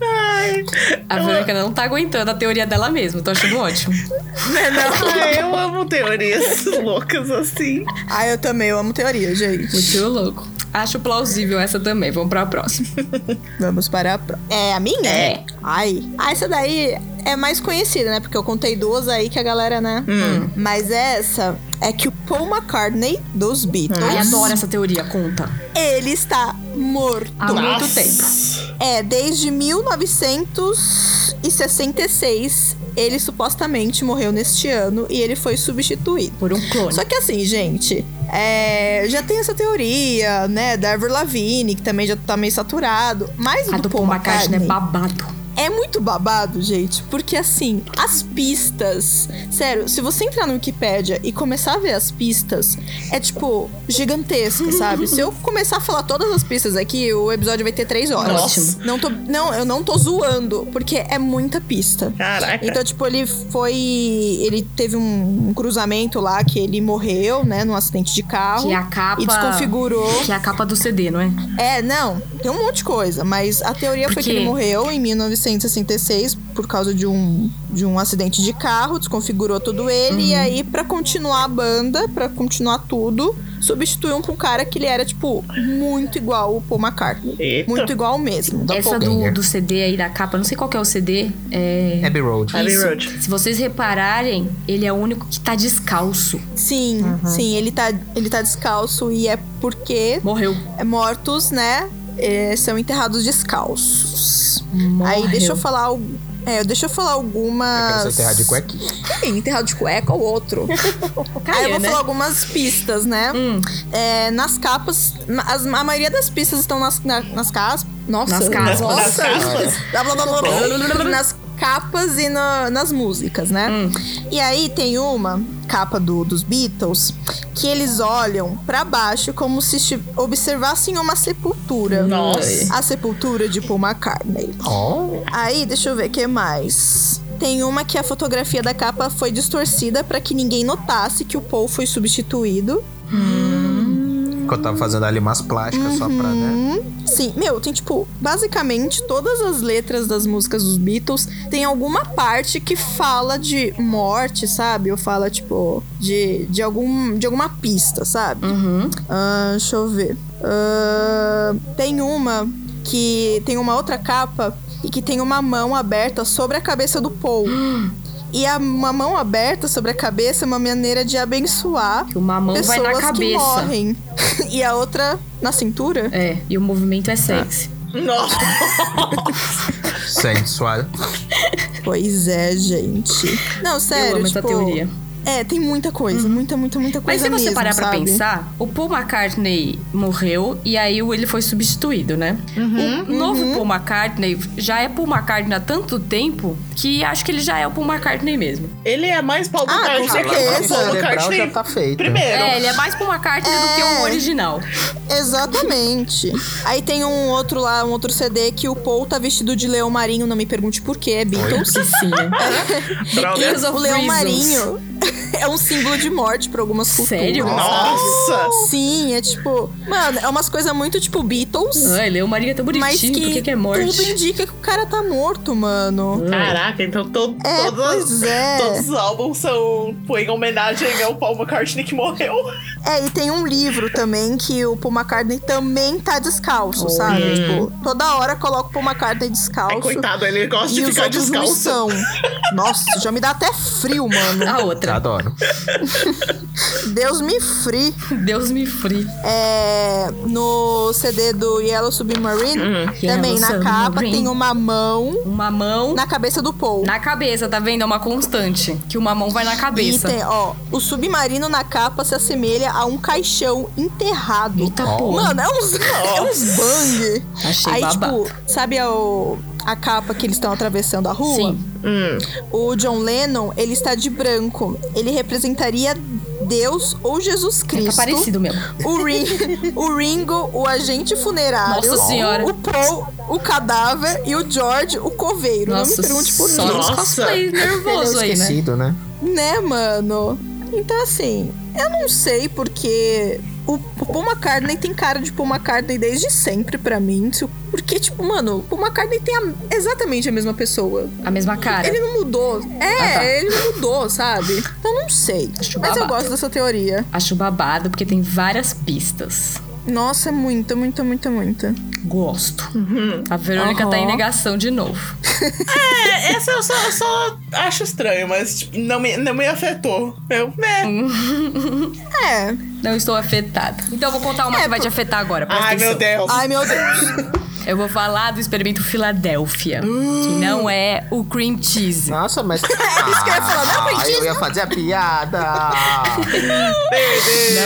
Speaker 1: Ai,
Speaker 2: A Verônica não tá aguentando a teoria dela mesma, tô achando ótimo.
Speaker 1: ai, eu amo teorias loucas assim.
Speaker 3: Ai, eu também, eu amo teoria, gente.
Speaker 2: Muito louco. Acho plausível essa também, vamos pra próxima.
Speaker 3: Vamos para a próxima. É a minha?
Speaker 2: É.
Speaker 3: Ai. Ah, essa daí é mais conhecida, né? Porque eu contei duas aí que a galera, né?
Speaker 2: Hum.
Speaker 3: Mas essa é que o Paul McCartney dos Beatles,
Speaker 2: Ai, adoro essa teoria, conta.
Speaker 3: ele está morto.
Speaker 2: Há muito
Speaker 1: Nossa.
Speaker 2: tempo.
Speaker 3: É, desde 1966, ele supostamente morreu neste ano e ele foi substituído.
Speaker 2: Por um clone.
Speaker 3: Só que assim, gente, é, já tem essa teoria, né, da Avril Lavigne, que também já tá meio saturado, mas o
Speaker 2: a
Speaker 3: do
Speaker 2: do Paul McCartney é babado.
Speaker 3: é muito babado, gente, porque assim, as pistas. Sério, se você entrar no Wikipédia e começar a ver as pistas, é tipo gigantesca, sabe? Se eu começar a falar todas as pistas aqui, o episódio vai ter três horas.
Speaker 1: Nossa.
Speaker 3: Não tô, não, eu não tô zoando, porque é muita pista.
Speaker 1: Caraca.
Speaker 3: Então, tipo, ele foi. Ele teve um, um cruzamento lá que ele morreu, né, num acidente de carro.
Speaker 2: Que é a capa.
Speaker 3: E desconfigurou.
Speaker 2: Que é a capa do CD, não é?
Speaker 3: É, não, tem um monte de coisa, mas a teoria foi
Speaker 2: Porque-
Speaker 3: que ele morreu em 1966 por causa de um, de um acidente de carro, desconfigurou todo ele,
Speaker 2: Uhum.
Speaker 3: e aí, pra continuar a banda, pra continuar tudo, substituiu um com um cara que ele era, tipo, muito igual o Paul McCartney.
Speaker 1: Eita.
Speaker 3: Muito igual mesmo.
Speaker 2: Essa do,
Speaker 5: Doppelganger.
Speaker 2: do CD aí da capa, não sei qual que é o CD. É.
Speaker 5: Abbey Road.
Speaker 1: Abbey
Speaker 2: Isso.
Speaker 1: Road.
Speaker 2: Se vocês repararem, ele é o único que tá descalço.
Speaker 3: Sim,
Speaker 2: Uhum.
Speaker 3: sim, ele tá, ele tá descalço e é porque
Speaker 2: Morreu.
Speaker 3: mortos, né? eh, são enterrados descalços.
Speaker 2: Morreu.
Speaker 3: Aí deixa eu falar al- É, deixa eu falar algumas.
Speaker 5: Eu quero ser enterrado de cuequinha.
Speaker 3: Quem? um Enterrado de cueca ou outro? Aí eu vou
Speaker 2: né?
Speaker 3: falar algumas pistas, né? É, nas capas, ma- as- a maioria das pistas estão nas, na- nas capas. Nossa,
Speaker 2: Nas capas.
Speaker 1: Nas
Speaker 3: Nossa.
Speaker 1: capas.
Speaker 3: Blá, blá, blá, blá, blá. nas capas e na- nas músicas, né? E aí tem uma capa do- dos Beatles que eles olham pra baixo como se esti- observassem uma sepultura.
Speaker 1: Nossa.
Speaker 3: A sepultura de Paul McCartney.
Speaker 5: Oh,
Speaker 3: Aí, deixa eu ver o que mais. Tem uma que a fotografia da capa foi distorcida pra que ninguém notasse que o Paul foi substituído.
Speaker 5: que eu tava fazendo ali umas plásticas só pra,
Speaker 3: Hum.
Speaker 5: né?
Speaker 3: Sim, meu, tem tipo, basicamente todas as letras das músicas dos Beatles tem alguma parte que fala de morte, sabe? Ou fala, tipo, de, de, algum, de alguma pista, sabe?
Speaker 2: Uhum.
Speaker 3: Ah, deixa eu ver. Ah, tem uma que tem uma outra capa e que tem uma mão aberta sobre a cabeça do Paul. E a, uma mão aberta sobre a cabeça é uma maneira de abençoar
Speaker 2: Que uma mão vai
Speaker 3: pessoas
Speaker 2: na
Speaker 3: que
Speaker 2: cabeça.
Speaker 3: morrem. e a outra na cintura.
Speaker 2: É, e o movimento
Speaker 3: Tá.
Speaker 2: é sexy.
Speaker 1: Nossa.
Speaker 5: Sensual.
Speaker 3: Pois é, gente. Não, sério,
Speaker 2: Eu amo
Speaker 3: tipo,
Speaker 2: essa teoria. Uhum.
Speaker 3: É, tem muita coisa, muita, muita, muita coisa
Speaker 2: Mas se você
Speaker 3: mesmo,
Speaker 2: parar pra
Speaker 3: sabe?
Speaker 2: pensar, o Paul McCartney morreu e aí o- ele foi substituído, né?
Speaker 3: Uhum,
Speaker 2: o novo Paul McCartney já é Paul McCartney há tanto tempo que acho que ele já é o Paul McCartney mesmo.
Speaker 1: Ele é mais Paul
Speaker 3: Ah,
Speaker 1: McCartney
Speaker 3: com
Speaker 1: que o
Speaker 3: certeza.
Speaker 1: Paul
Speaker 5: Cerebral
Speaker 1: McCartney.
Speaker 5: já tá feito.
Speaker 1: Primeiro.
Speaker 2: É, ele é mais Paul McCartney do que
Speaker 3: É.
Speaker 2: o original.
Speaker 3: Exatamente. Aí tem um outro lá, um outro CD que o Paul tá vestido de leão marinho, não me pergunte por quê, é Beatles.
Speaker 2: Sim, né?
Speaker 1: Droga.
Speaker 2: Years of
Speaker 3: o leão
Speaker 2: Reasons.
Speaker 3: marinho é um símbolo de morte pra algumas culturas.
Speaker 2: Sério?
Speaker 1: Nossa.
Speaker 3: Sim, é tipo, mano, é umas coisas muito tipo Beatles,
Speaker 2: Ai, Leo Maria é tão bonitinho,
Speaker 3: mas
Speaker 2: por que, que é morte?
Speaker 3: tudo indica que o cara tá morto, mano.
Speaker 1: Caraca, então to
Speaker 3: É,
Speaker 1: todas,
Speaker 3: pois é.
Speaker 1: todos os álbuns são em homenagem ao Paul McCartney que morreu.
Speaker 3: É, e tem um livro também que o Paul McCartney também tá descalço, sabe? Tipo, toda hora coloca o Paul McCartney descalço.
Speaker 1: Ai, coitado, ele gosta
Speaker 3: e
Speaker 1: de
Speaker 3: os
Speaker 1: ficar
Speaker 3: outros não
Speaker 1: descalço.
Speaker 3: são. Nossa, já me dá até frio, mano.
Speaker 2: A outra.
Speaker 5: Adoro.
Speaker 3: Deus me free.
Speaker 2: Deus me free.
Speaker 3: É, no CD do Yellow Submarine,
Speaker 1: Hum.
Speaker 3: também
Speaker 2: Yellow
Speaker 3: na capa
Speaker 2: Submarine.
Speaker 3: tem uma mão
Speaker 2: Uma mão na...
Speaker 3: na cabeça do Paul.
Speaker 2: cabeça, tá vendo? É uma constante. Que uma mão vai na
Speaker 3: E
Speaker 2: cabeça.
Speaker 3: tem, ó, o submarino na capa se assemelha a um caixão enterrado.
Speaker 2: Eita porra.
Speaker 3: Mano, é uns, é uns bang.
Speaker 2: Achei
Speaker 3: Aí,
Speaker 2: babado.
Speaker 3: tipo, sabe a, o- a capa que eles estão atravessando a rua?
Speaker 2: Sim.
Speaker 3: O John Lennon, ele está de branco. Ele representaria Deus ou Jesus
Speaker 2: Tá
Speaker 3: Cristo.
Speaker 2: parecido mesmo.
Speaker 3: O, Ring, o Ringo, o agente funerário.
Speaker 2: Nossa Senhora.
Speaker 3: O Paul, o cadáver. E o George, o coveiro. tipo, Não me pergunte por
Speaker 2: só
Speaker 3: quê.
Speaker 2: nos
Speaker 1: Nossa.
Speaker 2: cosplay nervoso aí, né?
Speaker 5: Esquecido, né?
Speaker 3: Né, mano? Então, assim, eu não sei porque... O o Paul McCartney tem cara de Paul McCartney desde sempre pra mim. Porque, tipo, mano, o Paul McCartney tem a- exatamente a mesma pessoa.
Speaker 2: A mesma cara.
Speaker 3: Ele não mudou. É,
Speaker 2: Ah, tá.
Speaker 3: ele não mudou, sabe? Então não sei.
Speaker 2: Acho
Speaker 3: Mas eu tá?
Speaker 2: babado.
Speaker 3: gosto dessa teoria.
Speaker 2: Acho babado, porque tem várias pistas.
Speaker 3: Nossa, muita, muita, muita, muita.
Speaker 2: Gosto. A Verônica tá em
Speaker 3: Aham.
Speaker 2: negação de novo.
Speaker 1: É, essa eu só, eu só acho estranho, mas tipo, não, me, não me afetou. Eu, né?
Speaker 3: É.
Speaker 2: Não estou afetada. Então eu vou contar uma que vai te afetar agora. presta
Speaker 1: Ai, meu
Speaker 2: atenção.
Speaker 1: Deus.
Speaker 3: Ai, meu Deus.
Speaker 2: Eu vou falar do experimento Filadélfia, que não é o cream cheese.
Speaker 5: Nossa, mas. É isso
Speaker 3: que eu ia falar, não, mas
Speaker 5: Eu ia fazer a piada.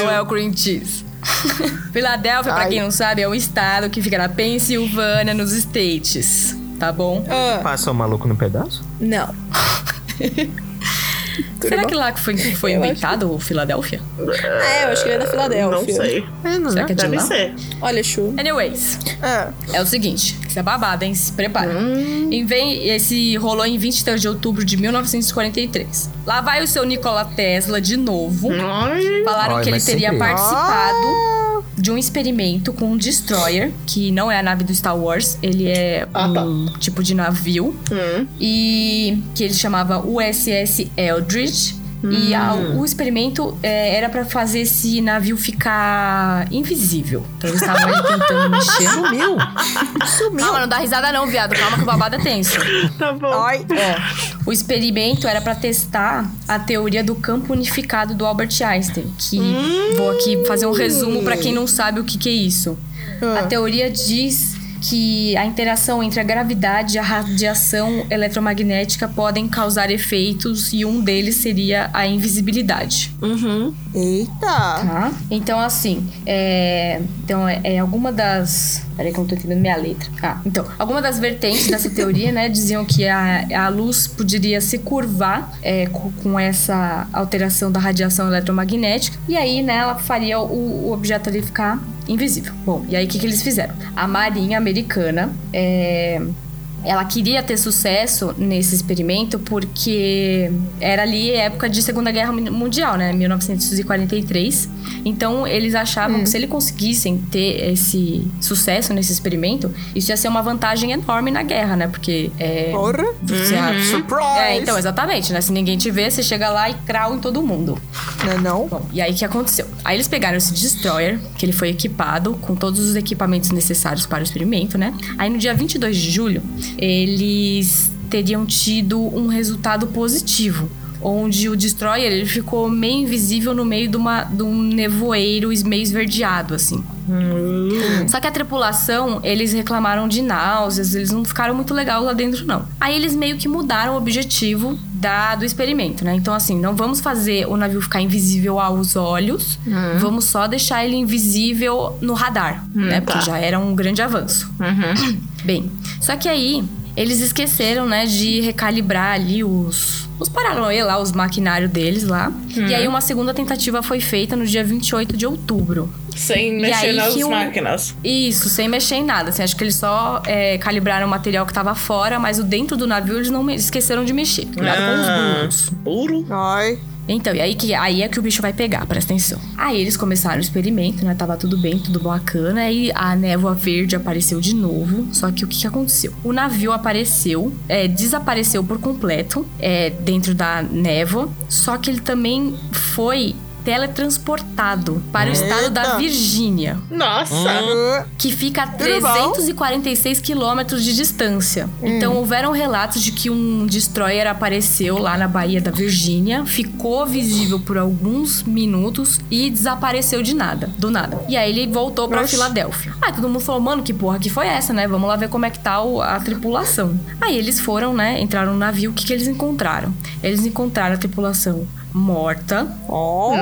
Speaker 2: Não é o cream cheese. Filadélfia, pra
Speaker 5: Ai.
Speaker 2: quem não sabe, é um estado que fica na Pensilvânia, nos States, tá bom?
Speaker 5: Passa o maluco no pedaço?
Speaker 3: Ah, Não.
Speaker 2: Será que lá que foi, que foi inventado o Filadélfia?
Speaker 3: É, eu acho que ele é da
Speaker 1: Não
Speaker 3: Filadélfia.
Speaker 1: sei.
Speaker 2: Será que é de
Speaker 1: Deve
Speaker 2: lá?
Speaker 1: ser.
Speaker 3: Olha, Chu.
Speaker 2: Anyways,
Speaker 3: Ah,
Speaker 2: é o seguinte, isso é babado, hein? Se prepara. Inven- esse rolou em 23 de outubro de 1943. Lá vai o seu Nikola Tesla de novo.
Speaker 1: Ai,
Speaker 2: Falaram
Speaker 5: Ai,
Speaker 2: que ele
Speaker 5: mas
Speaker 2: teria
Speaker 5: sempre.
Speaker 2: participado de um experimento com um destroyer, que não é a nave do Star Wars, ele é
Speaker 1: Ah, tá.
Speaker 2: um tipo de navio. E que ele chamava USS Eldridge. E a- o experimento é, era pra fazer esse navio ficar invisível. Então eles estavam ali tentando mexer. Sumiu! Sumiu! Calma, não dá risada não, viado. Calma que o babado é tenso.
Speaker 1: tá bom.
Speaker 3: ai.
Speaker 2: O experimento era pra testar a teoria do campo unificado do Albert Einstein, que vou aqui fazer um resumo pra quem não sabe o que, que é isso. A teoria diz que a interação entre a gravidade e a radiação eletromagnética podem causar efeitos e um deles seria a invisibilidade.
Speaker 3: Uhum. Eita.
Speaker 2: Tá? Então, assim, é... Então, é, é alguma das... Peraí que eu não tô entendendo minha letra. Ah, então, alguma das vertentes dessa teoria, né, diziam que a, a luz poderia se curvar é, co- com, essa alteração da radiação eletromagnética e aí, né, ela faria o, o objeto ali ficar invisível. Bom, e aí o que, que eles fizeram? A marinha americana é, ela queria ter sucesso nesse experimento porque era ali época de Segunda Guerra Mundial, né? 1943. Então eles achavam que se eles conseguissem ter esse sucesso nesse experimento, isso ia ser uma vantagem enorme na guerra, né? Porque é,
Speaker 4: Porra.
Speaker 2: você a-
Speaker 5: Surprise!
Speaker 2: é, então, exatamente, né? Se ninguém te vê, você chega lá e crau em todo mundo.
Speaker 4: Não é não?
Speaker 2: Bom, e aí o que aconteceu? Aí eles pegaram esse destroyer, que ele foi equipado com todos os equipamentos necessários para o experimento, né? Aí no dia 22 de julho, eles teriam tido um resultado positivo. Onde o destroyer ele ficou meio invisível no meio de, uma, de um nevoeiro meio esverdeado, assim. Só que a tripulação, eles reclamaram de náuseas, eles não ficaram muito legal lá dentro, não. Aí eles meio que mudaram o objetivo da, do experimento, né? Então, assim, não vamos fazer o navio ficar invisível aos olhos, vamos só deixar ele invisível no radar, né? Porque já era um grande avanço. Bem, só que aí eles esqueceram, né, de recalibrar ali os. Os paranoia lá, os maquinários deles lá. E aí uma segunda tentativa foi feita no dia 28 de outubro.
Speaker 1: Sem
Speaker 2: E
Speaker 1: mexer
Speaker 2: aí
Speaker 1: nas
Speaker 2: que o-
Speaker 1: máquinas.
Speaker 2: Isso, sem mexer em nada. Assim, acho que eles só é, calibraram o material que tava fora, mas o dentro do navio eles não me- esqueceram de mexer. Cuidado com os burros.
Speaker 1: Burro?
Speaker 4: Ai.
Speaker 2: Então, e aí, que, aí é que o bicho vai pegar, presta atenção. Aí eles começaram o experimento, né? Tava tudo bem, tudo bacana. Aí a névoa verde apareceu de novo. Só que o que, que aconteceu? O navio apareceu, é, desapareceu por completo é, dentro da névoa. Só que ele também foi teletransportado para o estado da
Speaker 4: Eita.
Speaker 2: Virgínia,
Speaker 1: Nossa!
Speaker 2: que fica a
Speaker 4: Tudo bom?
Speaker 2: 346 quilômetros de distância. Então,
Speaker 4: Hum.
Speaker 2: houveram relatos de que um destroyer apareceu lá na Baía da Virgínia, ficou visível por alguns minutos e desapareceu de nada, do nada. E aí, ele voltou pra Filadélfia. Aí, todo mundo falou, mano, que porra que foi essa, né? Vamos lá ver como é que tá o- a tripulação. Aí, eles foram, né? Entraram no navio. O que, que eles encontraram? Eles encontraram a tripulação morta, os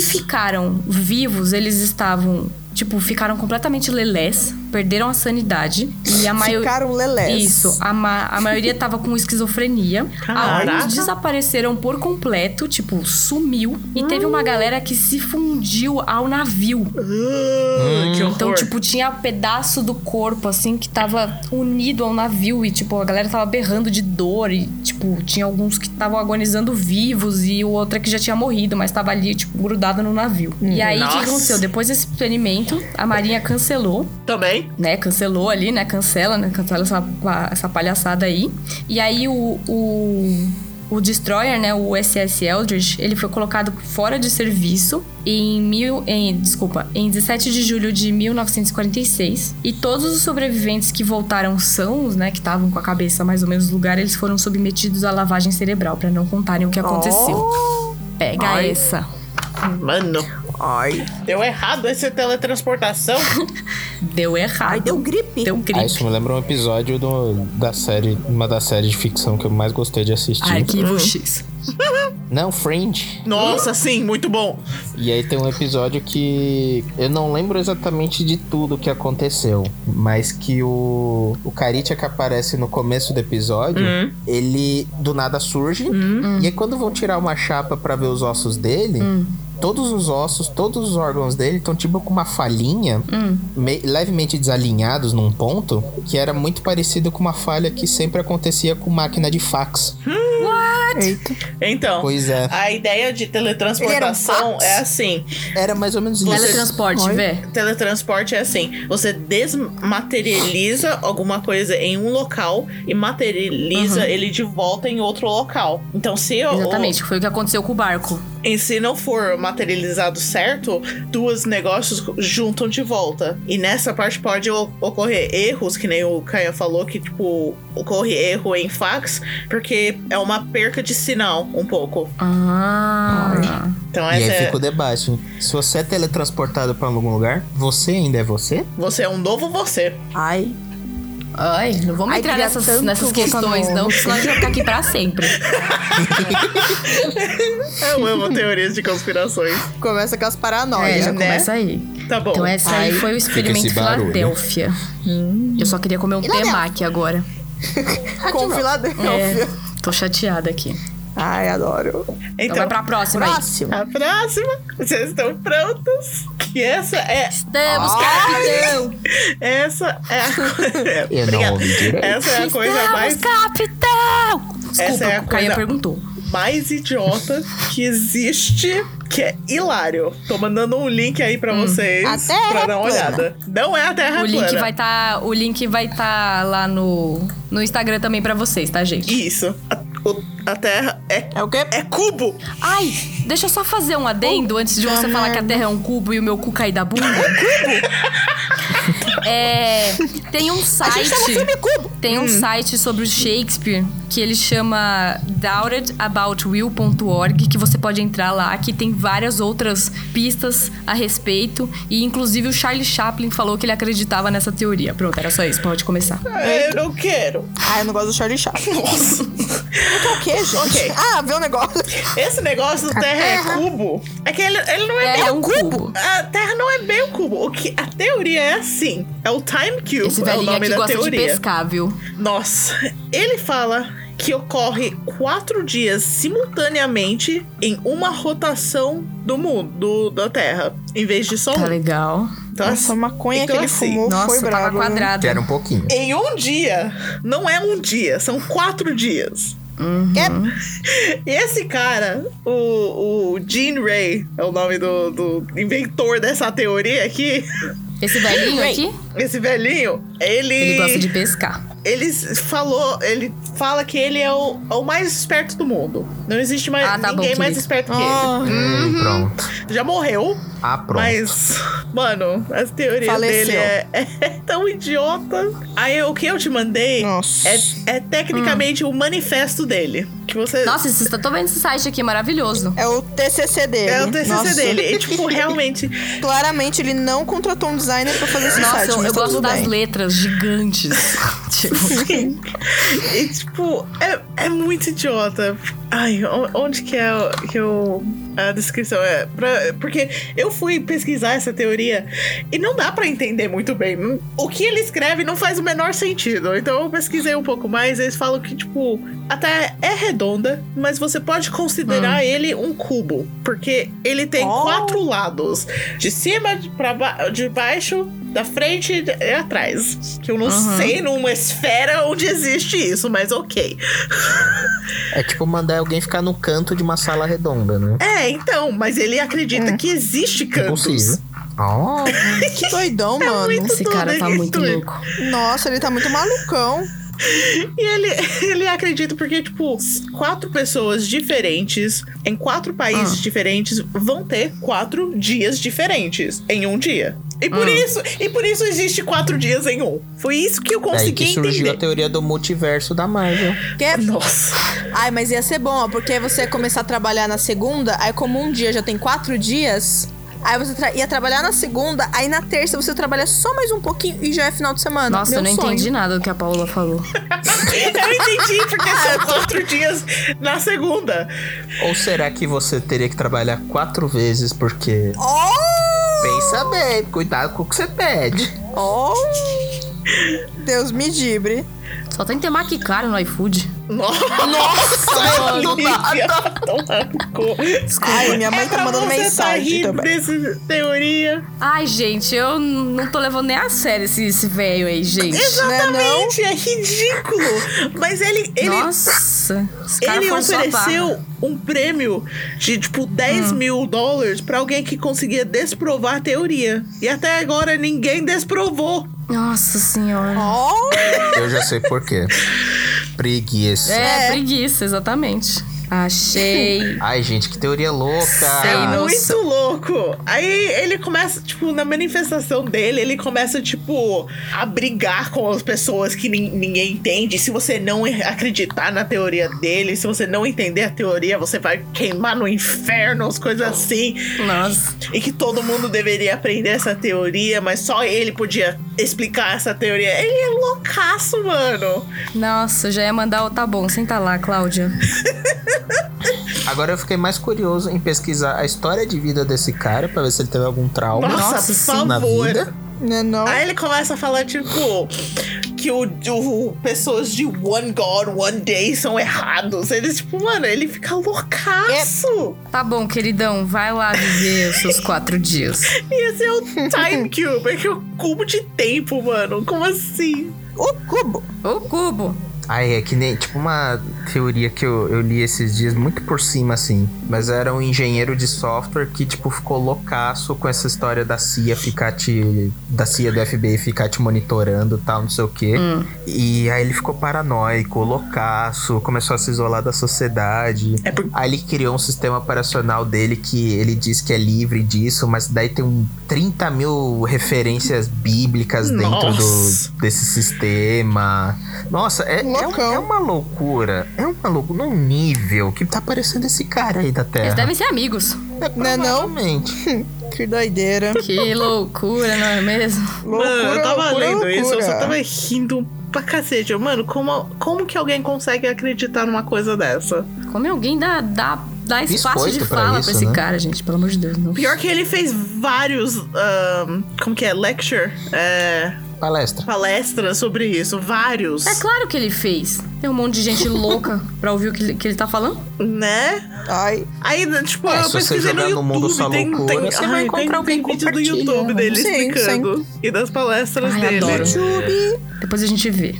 Speaker 1: Nossa!
Speaker 2: ficaram vivos, eles estavam, tipo, ficaram completamente lelés, perderam a sanidade. E a maioria.
Speaker 4: Ficaram lelés.
Speaker 2: Isso, a, ma- a maioria tava com esquizofrenia.
Speaker 1: Caraca.
Speaker 2: Alguns desapareceram por completo, tipo, sumiu. E teve uma galera que se fundiu ao navio.
Speaker 1: Ah, que horror.
Speaker 2: Então, tipo, tinha pedaço do corpo, assim, que tava unido ao navio. E, tipo, a galera tava berrando de dor. E, tipo, tinha alguns que estavam agonizando vivos. E o outro é que já tinha morrido, mas tava ali, tipo, grudado no navio. E aí, o que
Speaker 1: Nossa.
Speaker 2: aconteceu? Depois desse experimento, a marinha cancelou
Speaker 1: Também?
Speaker 2: né, cancelou ali, né, cancela, né, cancela essa, pa- essa palhaçada aí. E aí o, o, o Destroyer, né, o USS Eldridge, ele foi colocado fora de serviço em mil, em, desculpa, em 17 de julho de 1946. E todos os sobreviventes que voltaram sãos, né, que estavam com a cabeça mais ou menos no lugar, eles foram submetidos à lavagem cerebral pra não contarem o que
Speaker 3: Oh.
Speaker 2: aconteceu. Pega
Speaker 1: Ai.
Speaker 2: essa.
Speaker 1: Mano,
Speaker 4: Ai.
Speaker 1: deu errado essa teletransportação.
Speaker 2: Deu errado.
Speaker 3: Ai, deu gripe.
Speaker 2: Deu
Speaker 5: Ah,
Speaker 2: gripe.
Speaker 5: isso me lembra um episódio do- da série, uma das séries de ficção que eu mais gostei de assistir.
Speaker 2: Arquivo X.
Speaker 5: Não, Fringe.
Speaker 1: Nossa, sim, muito bom.
Speaker 5: E aí tem um episódio que eu não lembro exatamente de tudo que aconteceu, mas que o o Caritia que aparece no começo do episódio, ele do nada surge e aí quando vão tirar uma chapa pra ver os ossos dele, Todos os ossos, todos os órgãos dele estão tipo com uma falhinha, mei- levemente desalinhados num ponto, que era muito parecido com uma falha que sempre acontecia com máquina de fax.
Speaker 4: Eita.
Speaker 1: Então,
Speaker 5: Pois é.
Speaker 1: a ideia de teletransportação
Speaker 4: fax?
Speaker 1: é assim.
Speaker 5: Era mais ou menos isso.
Speaker 2: Teletransporte, vé.
Speaker 1: Teletransporte é assim: você desmaterializa alguma coisa em um local e materializa ele de volta em outro local. Então, se eu,
Speaker 2: Exatamente, foi o que aconteceu com o barco.
Speaker 1: e se não for materializado certo, duas negócios juntam de volta. E nessa parte pode o- ocorrer erros, que nem o Caia falou, que tipo, ocorre erro em fax, porque é uma perca de sinal um pouco.
Speaker 2: Ah.
Speaker 1: Então
Speaker 5: E
Speaker 1: essa
Speaker 5: aí
Speaker 1: é,
Speaker 5: fica o debate. hein? Se você é teletransportado pra algum lugar, você ainda é você?
Speaker 1: você é um novo você.
Speaker 4: Ai.
Speaker 2: Ai, não vamos
Speaker 3: Ai,
Speaker 2: entrar
Speaker 3: queria
Speaker 2: nessas,
Speaker 3: tanto
Speaker 2: nessas questões,
Speaker 3: voltar no
Speaker 2: não, porque senão a gente vai ficar aqui pra sempre.
Speaker 1: Eu amo teorias de conspirações.
Speaker 3: Começa com as
Speaker 2: É,
Speaker 3: paranoias.
Speaker 2: já
Speaker 1: né?
Speaker 2: começa aí.
Speaker 1: Tá bom.
Speaker 2: Então essa aí foi o experimento
Speaker 6: esse barulho.
Speaker 2: Filadélfia. Eu só queria comer um
Speaker 3: Filadélfia.
Speaker 2: temaki agora. Tá
Speaker 3: com Filadélfia.
Speaker 2: É, tô chateada aqui. Então,
Speaker 3: Ai, adoro.
Speaker 2: vai
Speaker 1: Então,
Speaker 2: pra próxima aí.
Speaker 3: Próximo.
Speaker 1: a próxima. Vocês estão prontos? Que essa é.
Speaker 2: Estamos, capitão!
Speaker 1: Essa é a coisa.
Speaker 5: Eu não ouvi direito.
Speaker 1: Essa é a coisa
Speaker 2: Estamos,
Speaker 1: mais,
Speaker 2: capitão! Desculpa,
Speaker 1: Essa é a
Speaker 2: o Caia
Speaker 1: coisa-
Speaker 2: perguntou.
Speaker 1: mais idiota que existe, que é hilário. Tô mandando um link aí
Speaker 5: Hum.
Speaker 1: pra
Speaker 3: A
Speaker 1: vocês
Speaker 3: Terra
Speaker 1: pra dar uma
Speaker 3: plana.
Speaker 1: olhada. Não é a Terra
Speaker 2: O
Speaker 1: plana.
Speaker 2: link vai tá, o link vai tá lá no, no Instagram também pra vocês, tá, gente?
Speaker 1: Isso. A, o- a Terra é,
Speaker 3: É o quê?
Speaker 1: é cubo.
Speaker 2: Ai, deixa eu só fazer um
Speaker 1: Oh,
Speaker 2: adendo antes de você falar que a Terra é um cubo e o meu cu cair da
Speaker 1: um
Speaker 2: bunda. É, tem um
Speaker 1: tá
Speaker 2: site. Tem um
Speaker 1: Hum.
Speaker 2: site sobre o Shakespeare que ele chama doubtedaboutwill.org, que você pode entrar lá, que tem várias outras pistas a respeito. E inclusive o Charlie Chaplin falou que ele acreditava nessa teoria. Pronto, era só isso, pode começar.
Speaker 1: Eu não quero.
Speaker 3: Ai, eu não gosto do Charlie Chaplin. Nossa. o quê, gente?
Speaker 1: Ok.
Speaker 3: Ah, vê um negócio.
Speaker 1: Esse negócio do terra, é cubo. É que ele, ele não é,
Speaker 2: Terra
Speaker 1: bem
Speaker 2: é
Speaker 1: um
Speaker 2: um
Speaker 1: cubo.
Speaker 2: cubo.
Speaker 1: A Terra não é bem um cubo. O que, a teoria é assim. É o Time Cube.
Speaker 2: Esse
Speaker 1: é o
Speaker 2: velhinho
Speaker 1: nome
Speaker 2: aqui
Speaker 1: da
Speaker 2: gosta de
Speaker 1: teoria.
Speaker 2: pescar, viu?
Speaker 1: Nossa, ele fala que ocorre quatro dias simultaneamente em uma rotação do mundo, do- da Terra, em vez de só
Speaker 2: Tá
Speaker 1: um.
Speaker 2: legal.
Speaker 1: Então,
Speaker 3: Nossa, a maconha
Speaker 1: então
Speaker 3: que ele
Speaker 1: assim,
Speaker 3: fumou
Speaker 2: Nossa,
Speaker 3: foi
Speaker 2: tava
Speaker 3: brava.
Speaker 1: Ah, tá.
Speaker 2: quadrada.
Speaker 6: Quero um pouquinho.
Speaker 1: Em um dia, não é um dia, são quatro dias.
Speaker 2: Uhum.
Speaker 1: E esse cara, o, o Gene Ray, é o nome do, do inventor dessa teoria aqui.
Speaker 2: Esse velhinho aqui,
Speaker 1: Esse velhinho, ele.
Speaker 2: ele gosta de pescar.
Speaker 1: ele falou. Ele fala que ele é o, é o mais esperto do mundo. Não existe mais
Speaker 2: Ah, tá bom,
Speaker 1: ninguém mais
Speaker 2: querido.
Speaker 1: esperto que
Speaker 3: Ah,
Speaker 5: Hum, Pronto.
Speaker 1: ele. Já morreu,
Speaker 5: Ah, pronto.
Speaker 1: Uhum. mas. Mano, as teorias
Speaker 3: Faleceu.
Speaker 1: dele é, é tão idiota. Aí o que eu te mandei
Speaker 3: Nossa.
Speaker 1: é, é tecnicamente o manifesto dele. Que você.
Speaker 2: Hum. Nossa, esse- tô vendo esse site aqui, maravilhoso.
Speaker 3: É o TCC dele.
Speaker 1: É o TCC
Speaker 3: Nossa.
Speaker 1: dele. E, tipo, realmente.
Speaker 3: Claramente, ele não contratou um designer pra fazer esse
Speaker 2: Nossa,
Speaker 3: site.
Speaker 2: eu,
Speaker 3: mas
Speaker 2: eu
Speaker 3: tá
Speaker 2: gosto
Speaker 3: tudo
Speaker 2: das
Speaker 3: bem.
Speaker 2: letras gigantes. tipo,
Speaker 1: E, tipo, é, é muito idiota. Ai, o- onde que é o- que eu, a descrição é? Pra- porque eu fui pesquisar essa teoria e não dá pra entender muito bem. Não- O que ele escreve não faz o menor sentido. Então eu pesquisei um pouco mais. Eles falam que, tipo, a Terra é redonda, mas você pode considerar ele um cubo. Porque ele tem
Speaker 3: Oh.
Speaker 1: quatro lados: de cima, de, pra ba- de baixo, da frente e de- e atrás. Que eu não
Speaker 2: Uhum.
Speaker 1: sei numa esfera onde existe isso, mas ok.
Speaker 5: É tipo mandar alguém ficar no canto de uma sala redonda, né?
Speaker 1: É, então, mas ele acredita
Speaker 2: É.
Speaker 1: que existe É,
Speaker 5: É
Speaker 1: cantos.
Speaker 5: Impossível. Ó,
Speaker 3: Que doidão, mano.
Speaker 2: esse cara tá
Speaker 1: doido,
Speaker 2: muito
Speaker 1: doido.
Speaker 2: louco.
Speaker 3: Nossa, ele tá muito malucão.
Speaker 1: E ele, ele acredita porque, tipo, quatro pessoas diferentes, em quatro países
Speaker 2: Ah.
Speaker 1: diferentes, vão ter quatro dias diferentes em um dia. E
Speaker 2: Ah.
Speaker 1: por isso, e por isso existe quatro dias em um. Foi isso que eu
Speaker 5: daí
Speaker 1: consegui
Speaker 5: É que surgiu a
Speaker 1: entender.
Speaker 5: teoria do multiverso da Marvel.
Speaker 3: Quer...
Speaker 1: Nossa.
Speaker 3: Ai, mas ia ser bom, ó, porque aí você ia começar a trabalhar na segunda, aí como um dia já tem quatro dias, aí você tra- ia trabalhar na segunda, aí na terça você trabalha só mais um pouquinho e já é final de semana.
Speaker 2: Nossa,
Speaker 3: Meu
Speaker 2: eu não
Speaker 3: sonho.
Speaker 2: entendi nada do que a Paola falou.
Speaker 1: Eu entendi porque são quatro dias na segunda.
Speaker 5: Ou será que você teria que trabalhar quatro vezes porque... Pensa bem, cuidado com o que você pede.
Speaker 3: Oh! Deus me dibre.
Speaker 2: Só tem temaki caro no iFood.
Speaker 1: Nossa, Lívia, tomar no cu.
Speaker 3: Ai, minha mãe
Speaker 1: é
Speaker 3: tá
Speaker 1: pra
Speaker 3: mandando
Speaker 1: você tá
Speaker 3: mensagem
Speaker 1: rindo
Speaker 3: também.
Speaker 1: dessa teoria.
Speaker 2: Ai, gente, eu n- não tô levando nem a sério esse, esse velho aí, gente.
Speaker 1: Exatamente, é ridículo. Mas ele, ele,
Speaker 2: Nossa, esse cara
Speaker 1: ele
Speaker 2: forçou a barra.
Speaker 1: ofereceu um prêmio de tipo 10 mil dólares pra alguém que conseguia desprovar a teoria. E até agora ninguém desprovou.
Speaker 2: Nossa senhora.
Speaker 3: Oh!
Speaker 5: Eu já sei por quê. Preguiça.
Speaker 3: é.
Speaker 2: É, preguiça, É, exatamente. Achei.
Speaker 5: Ai, gente, que teoria louca.
Speaker 2: Sei não.
Speaker 1: Muito
Speaker 2: Nossa.
Speaker 1: louco. Aí ele começa, tipo, na manifestação dele, ele começa, tipo, a brigar com as pessoas que nin- ninguém entende. Se você não acreditar na teoria dele, se você não entender a teoria, você vai queimar no inferno, as coisas assim.
Speaker 2: Nossa.
Speaker 1: E que todo mundo deveria aprender essa teoria, mas só ele podia explicar essa teoria. Ele é loucaço, mano.
Speaker 2: Nossa, eu já ia mandar o tá bom, senta lá, Cláudia.
Speaker 5: Agora eu fiquei mais curioso em pesquisar a história de vida desse cara pra ver se ele teve algum trauma
Speaker 1: Nossa, por
Speaker 5: na
Speaker 1: favor.
Speaker 5: vida.
Speaker 3: Não, não.
Speaker 1: Aí ele começa a falar, tipo, que o, o- pessoas de One God, One Day são errados. Ele, tipo, mano, ele fica loucaço.
Speaker 2: Tá bom, queridão, vai lá viver os seus quatro dias.
Speaker 1: E esse é o Time Cube, é que é o cubo de tempo, mano. Como assim?
Speaker 3: O cubo.
Speaker 2: Ô, Cubo!
Speaker 5: Ai, é que nem, tipo, uma teoria que eu, eu li esses dias, muito por cima, assim. Mas era um engenheiro de software que, tipo, ficou loucaço com essa história da CIA ficar te... Da CIA, do FBI ficar te monitorando e tal, não sei o quê.
Speaker 1: Hum.
Speaker 5: E aí ele ficou paranoico, loucaço, começou a se isolar da sociedade.
Speaker 1: É por-
Speaker 5: Aí ele criou um sistema operacional dele que ele diz que é livre disso, mas daí tem um 30 mil referências bíblicas dentro
Speaker 1: Nossa.
Speaker 5: do, desse sistema. Nossa, é, é um-
Speaker 3: Loucão.
Speaker 5: é uma loucura. É uma loucura num nível que tá parecendo esse cara aí da
Speaker 2: Eles
Speaker 5: Terra.
Speaker 2: devem ser amigos.
Speaker 5: É,
Speaker 3: Não é não?
Speaker 5: provavelmente.
Speaker 3: Que doideira.
Speaker 2: Que loucura, não é mesmo?
Speaker 3: Loucura,
Speaker 1: mano, eu tava
Speaker 3: loucura,
Speaker 1: lendo isso, eu só
Speaker 3: loucura.
Speaker 1: tava rindo pra cacete. Eu, Mano, como, como que alguém consegue acreditar numa coisa dessa?
Speaker 2: Como alguém dá, dá, dá espaço
Speaker 5: Biscoito
Speaker 2: de
Speaker 5: pra
Speaker 2: fala pra,
Speaker 5: isso,
Speaker 2: esse
Speaker 5: né?
Speaker 2: cara, gente, pelo amor de Deus. Não.
Speaker 1: Pior que ele fez vários. ahn, como que é? Lecture? É,
Speaker 5: Palestra.
Speaker 1: palestras sobre isso. Vários.
Speaker 2: É claro que ele fez. Tem um monte de gente louca pra ouvir o que ele, que ele tá falando.
Speaker 1: Né?
Speaker 3: Ai,
Speaker 1: Aí, tipo,
Speaker 5: É,
Speaker 1: eu
Speaker 5: se você
Speaker 1: pesquisei no
Speaker 5: jogar
Speaker 1: YouTube.
Speaker 5: no mundo só
Speaker 1: tem,
Speaker 5: loucura,
Speaker 1: tem,
Speaker 5: você
Speaker 2: vai
Speaker 1: ai,
Speaker 2: encontrar
Speaker 1: tem,
Speaker 2: alguém
Speaker 1: tem vídeo do
Speaker 2: compartilhando.
Speaker 1: YouTube dele
Speaker 3: Sim,
Speaker 1: explicando. E das palestras
Speaker 2: Ai,
Speaker 1: dele.
Speaker 2: adoro.
Speaker 3: Jube.
Speaker 2: Depois a gente vê.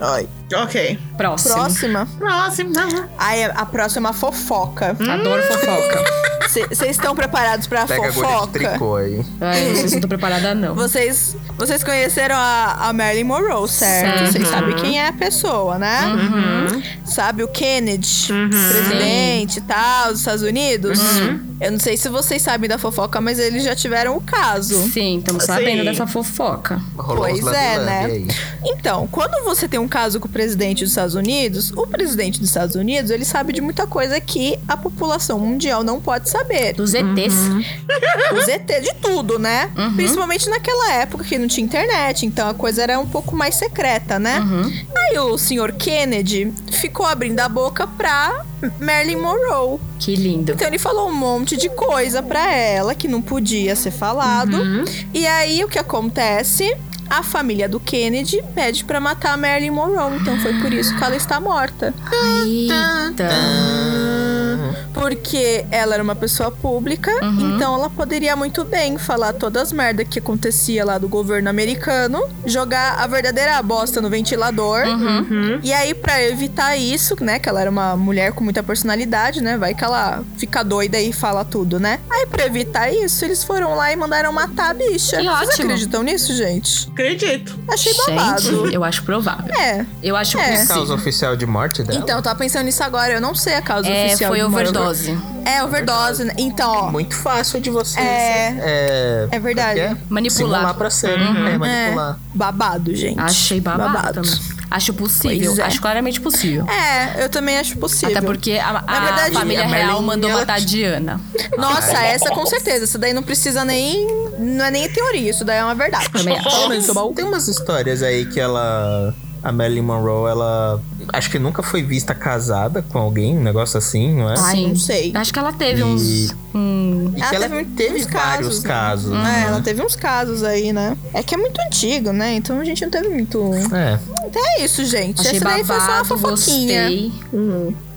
Speaker 3: Ai.
Speaker 1: Ok.
Speaker 2: Próximo.
Speaker 3: Próxima.
Speaker 1: Próximo.
Speaker 3: Ai, a próxima é uma fofoca.
Speaker 2: Adoro fofoca.
Speaker 3: Vocês estão preparados pra
Speaker 5: Pega a agulha de
Speaker 3: fofoca?
Speaker 5: tricô aí.
Speaker 2: Ai, não sei se eu tô preparada, não.
Speaker 3: Vocês, vocês conheceram a, a Marilyn Monroe, certo?
Speaker 2: Certo.
Speaker 3: Vocês sabem quem é a pessoa, né? Sabe o Kennedy, presidente e tal, dos Estados Unidos? Eu não sei se vocês sabem da fofoca, mas eles já tiveram o caso.
Speaker 2: Sim, estamos sabendo
Speaker 1: Sim.
Speaker 2: dessa fofoca.
Speaker 5: Rolou
Speaker 3: Pois
Speaker 5: uns
Speaker 3: é,
Speaker 5: lambe-lambe
Speaker 3: né?
Speaker 5: aí.
Speaker 3: Então, quando você tem um caso com o presidente dos Estados Unidos, o presidente dos Estados Unidos, ele sabe de muita coisa que a população mundial não pode saber.
Speaker 2: Dos ETs.
Speaker 5: Uhum.
Speaker 3: Os ET de tudo, né? Principalmente naquela época que não tinha internet, então a coisa era um pouco mais secreta, né? Aí o senhor Kennedy ficou abrindo a boca pra Marilyn Monroe.
Speaker 2: Que lindo.
Speaker 3: Então ele falou um monte de coisa pra ela que não podia ser falado. E aí o que acontece? A família do Kennedy pede pra matar a Marilyn Monroe, então foi por isso que ela está morta.
Speaker 2: Eita.
Speaker 3: Porque ela era uma pessoa pública, então ela poderia muito bem falar todas as merdas que acontecia lá do governo americano, jogar a verdadeira bosta no ventilador.
Speaker 2: Uhum.
Speaker 3: E aí, pra evitar isso, né? Que ela era uma mulher com muita personalidade, né? Vai que ela fica doida e fala tudo, né? Aí, pra evitar isso, eles foram lá e mandaram matar a bicha.
Speaker 2: Que
Speaker 3: Vocês
Speaker 2: ótimo.
Speaker 3: acreditam nisso, gente?
Speaker 1: Acredito.
Speaker 3: Achei babado.
Speaker 2: Gente, eu acho provável.
Speaker 3: É.
Speaker 2: Eu acho
Speaker 3: É.
Speaker 5: Causa
Speaker 2: possível.
Speaker 5: oficial de morte dela?
Speaker 3: Então, eu tava pensando nisso agora. Eu não sei a causa
Speaker 2: É,
Speaker 3: oficial.
Speaker 2: foi
Speaker 3: do Marvel.
Speaker 2: overdose.
Speaker 3: É, overdose. né? Então, ó.
Speaker 5: Muito fácil de você...
Speaker 3: É.
Speaker 5: é...
Speaker 3: É verdade.
Speaker 5: Como é que é?
Speaker 2: Manipular. Uhum.
Speaker 5: Simular pra ser. É, manipular.
Speaker 3: Babado, gente.
Speaker 2: Achei babado, também. Acho possível.
Speaker 3: Pois é.
Speaker 2: Acho claramente possível.
Speaker 3: É, eu também acho possível.
Speaker 2: Até porque a, a
Speaker 3: verdade,
Speaker 2: família
Speaker 5: a Merlin,
Speaker 2: real mandou
Speaker 5: ela-
Speaker 2: matar a Diana.
Speaker 3: Nossa, essa com certeza. Isso daí não precisa nem. Não é nem teoria, isso daí é uma verdade.
Speaker 2: Também acho.
Speaker 5: Ah,
Speaker 3: tá
Speaker 5: mas tem umas histórias aí que ela. A Marilyn Monroe, ela. Acho que nunca foi vista casada com alguém, um negócio assim, não é?
Speaker 3: Ai, não sei.
Speaker 2: Acho que ela teve
Speaker 5: E-
Speaker 2: uns. um-
Speaker 5: E
Speaker 3: Ela
Speaker 5: que ela
Speaker 3: teve
Speaker 5: teve,
Speaker 3: uns
Speaker 5: vários
Speaker 3: casos, né?
Speaker 5: casos.
Speaker 3: É, ela teve uns casos aí, né? É que é muito antigo, né? Então a gente não teve muito.
Speaker 5: É.
Speaker 3: Então é isso, gente.
Speaker 2: achei
Speaker 3: Essa daí foi só uma
Speaker 2: babado,
Speaker 3: fofoquinha.
Speaker 2: gostei.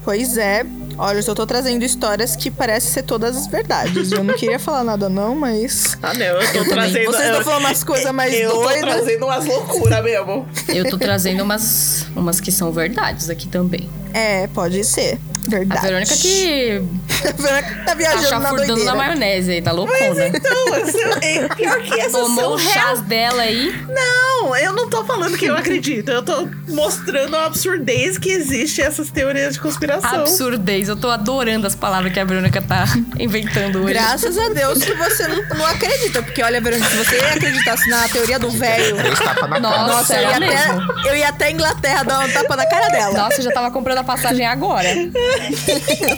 Speaker 3: Pois é. Olha, eu só tô trazendo histórias que parecem ser todas as verdades. Eu não queria falar nada, não, mas.
Speaker 1: Ah, não. Eu tô trazendo.
Speaker 3: Vocês estão
Speaker 1: eu,
Speaker 3: falando umas coisas mais
Speaker 1: eu tô
Speaker 3: doidas.
Speaker 1: trazendo umas loucuras mesmo.
Speaker 2: Eu tô trazendo umas, umas que são verdades aqui também.
Speaker 3: É, pode ser.
Speaker 2: A
Speaker 3: Verdade.
Speaker 2: Verônica que
Speaker 3: tá
Speaker 2: Tá
Speaker 3: viajando na
Speaker 2: chafurdando
Speaker 3: doideira. é
Speaker 2: na maionese aí, tá
Speaker 1: Mas
Speaker 2: loucona.
Speaker 1: então, assim, é pior que essas
Speaker 2: Tomou o
Speaker 1: são
Speaker 2: chás dela aí.
Speaker 1: Não, eu não tô falando que eu acredito. Eu tô mostrando a absurdez que existe essas teorias de conspiração.
Speaker 2: Absurdez. Eu tô adorando as palavras que a Verônica tá inventando hoje.
Speaker 3: Graças a Deus que você não, não acredita. Porque, olha, Verônica, se você acreditasse na teoria do velho...
Speaker 5: Três tapas é na
Speaker 2: Nossa.
Speaker 5: cara.
Speaker 3: Nossa, eu ia,
Speaker 2: é
Speaker 3: até, eu ia até Inglaterra dar um tapa na cara dela.
Speaker 2: Nossa, eu já tava comprando a passagem agora.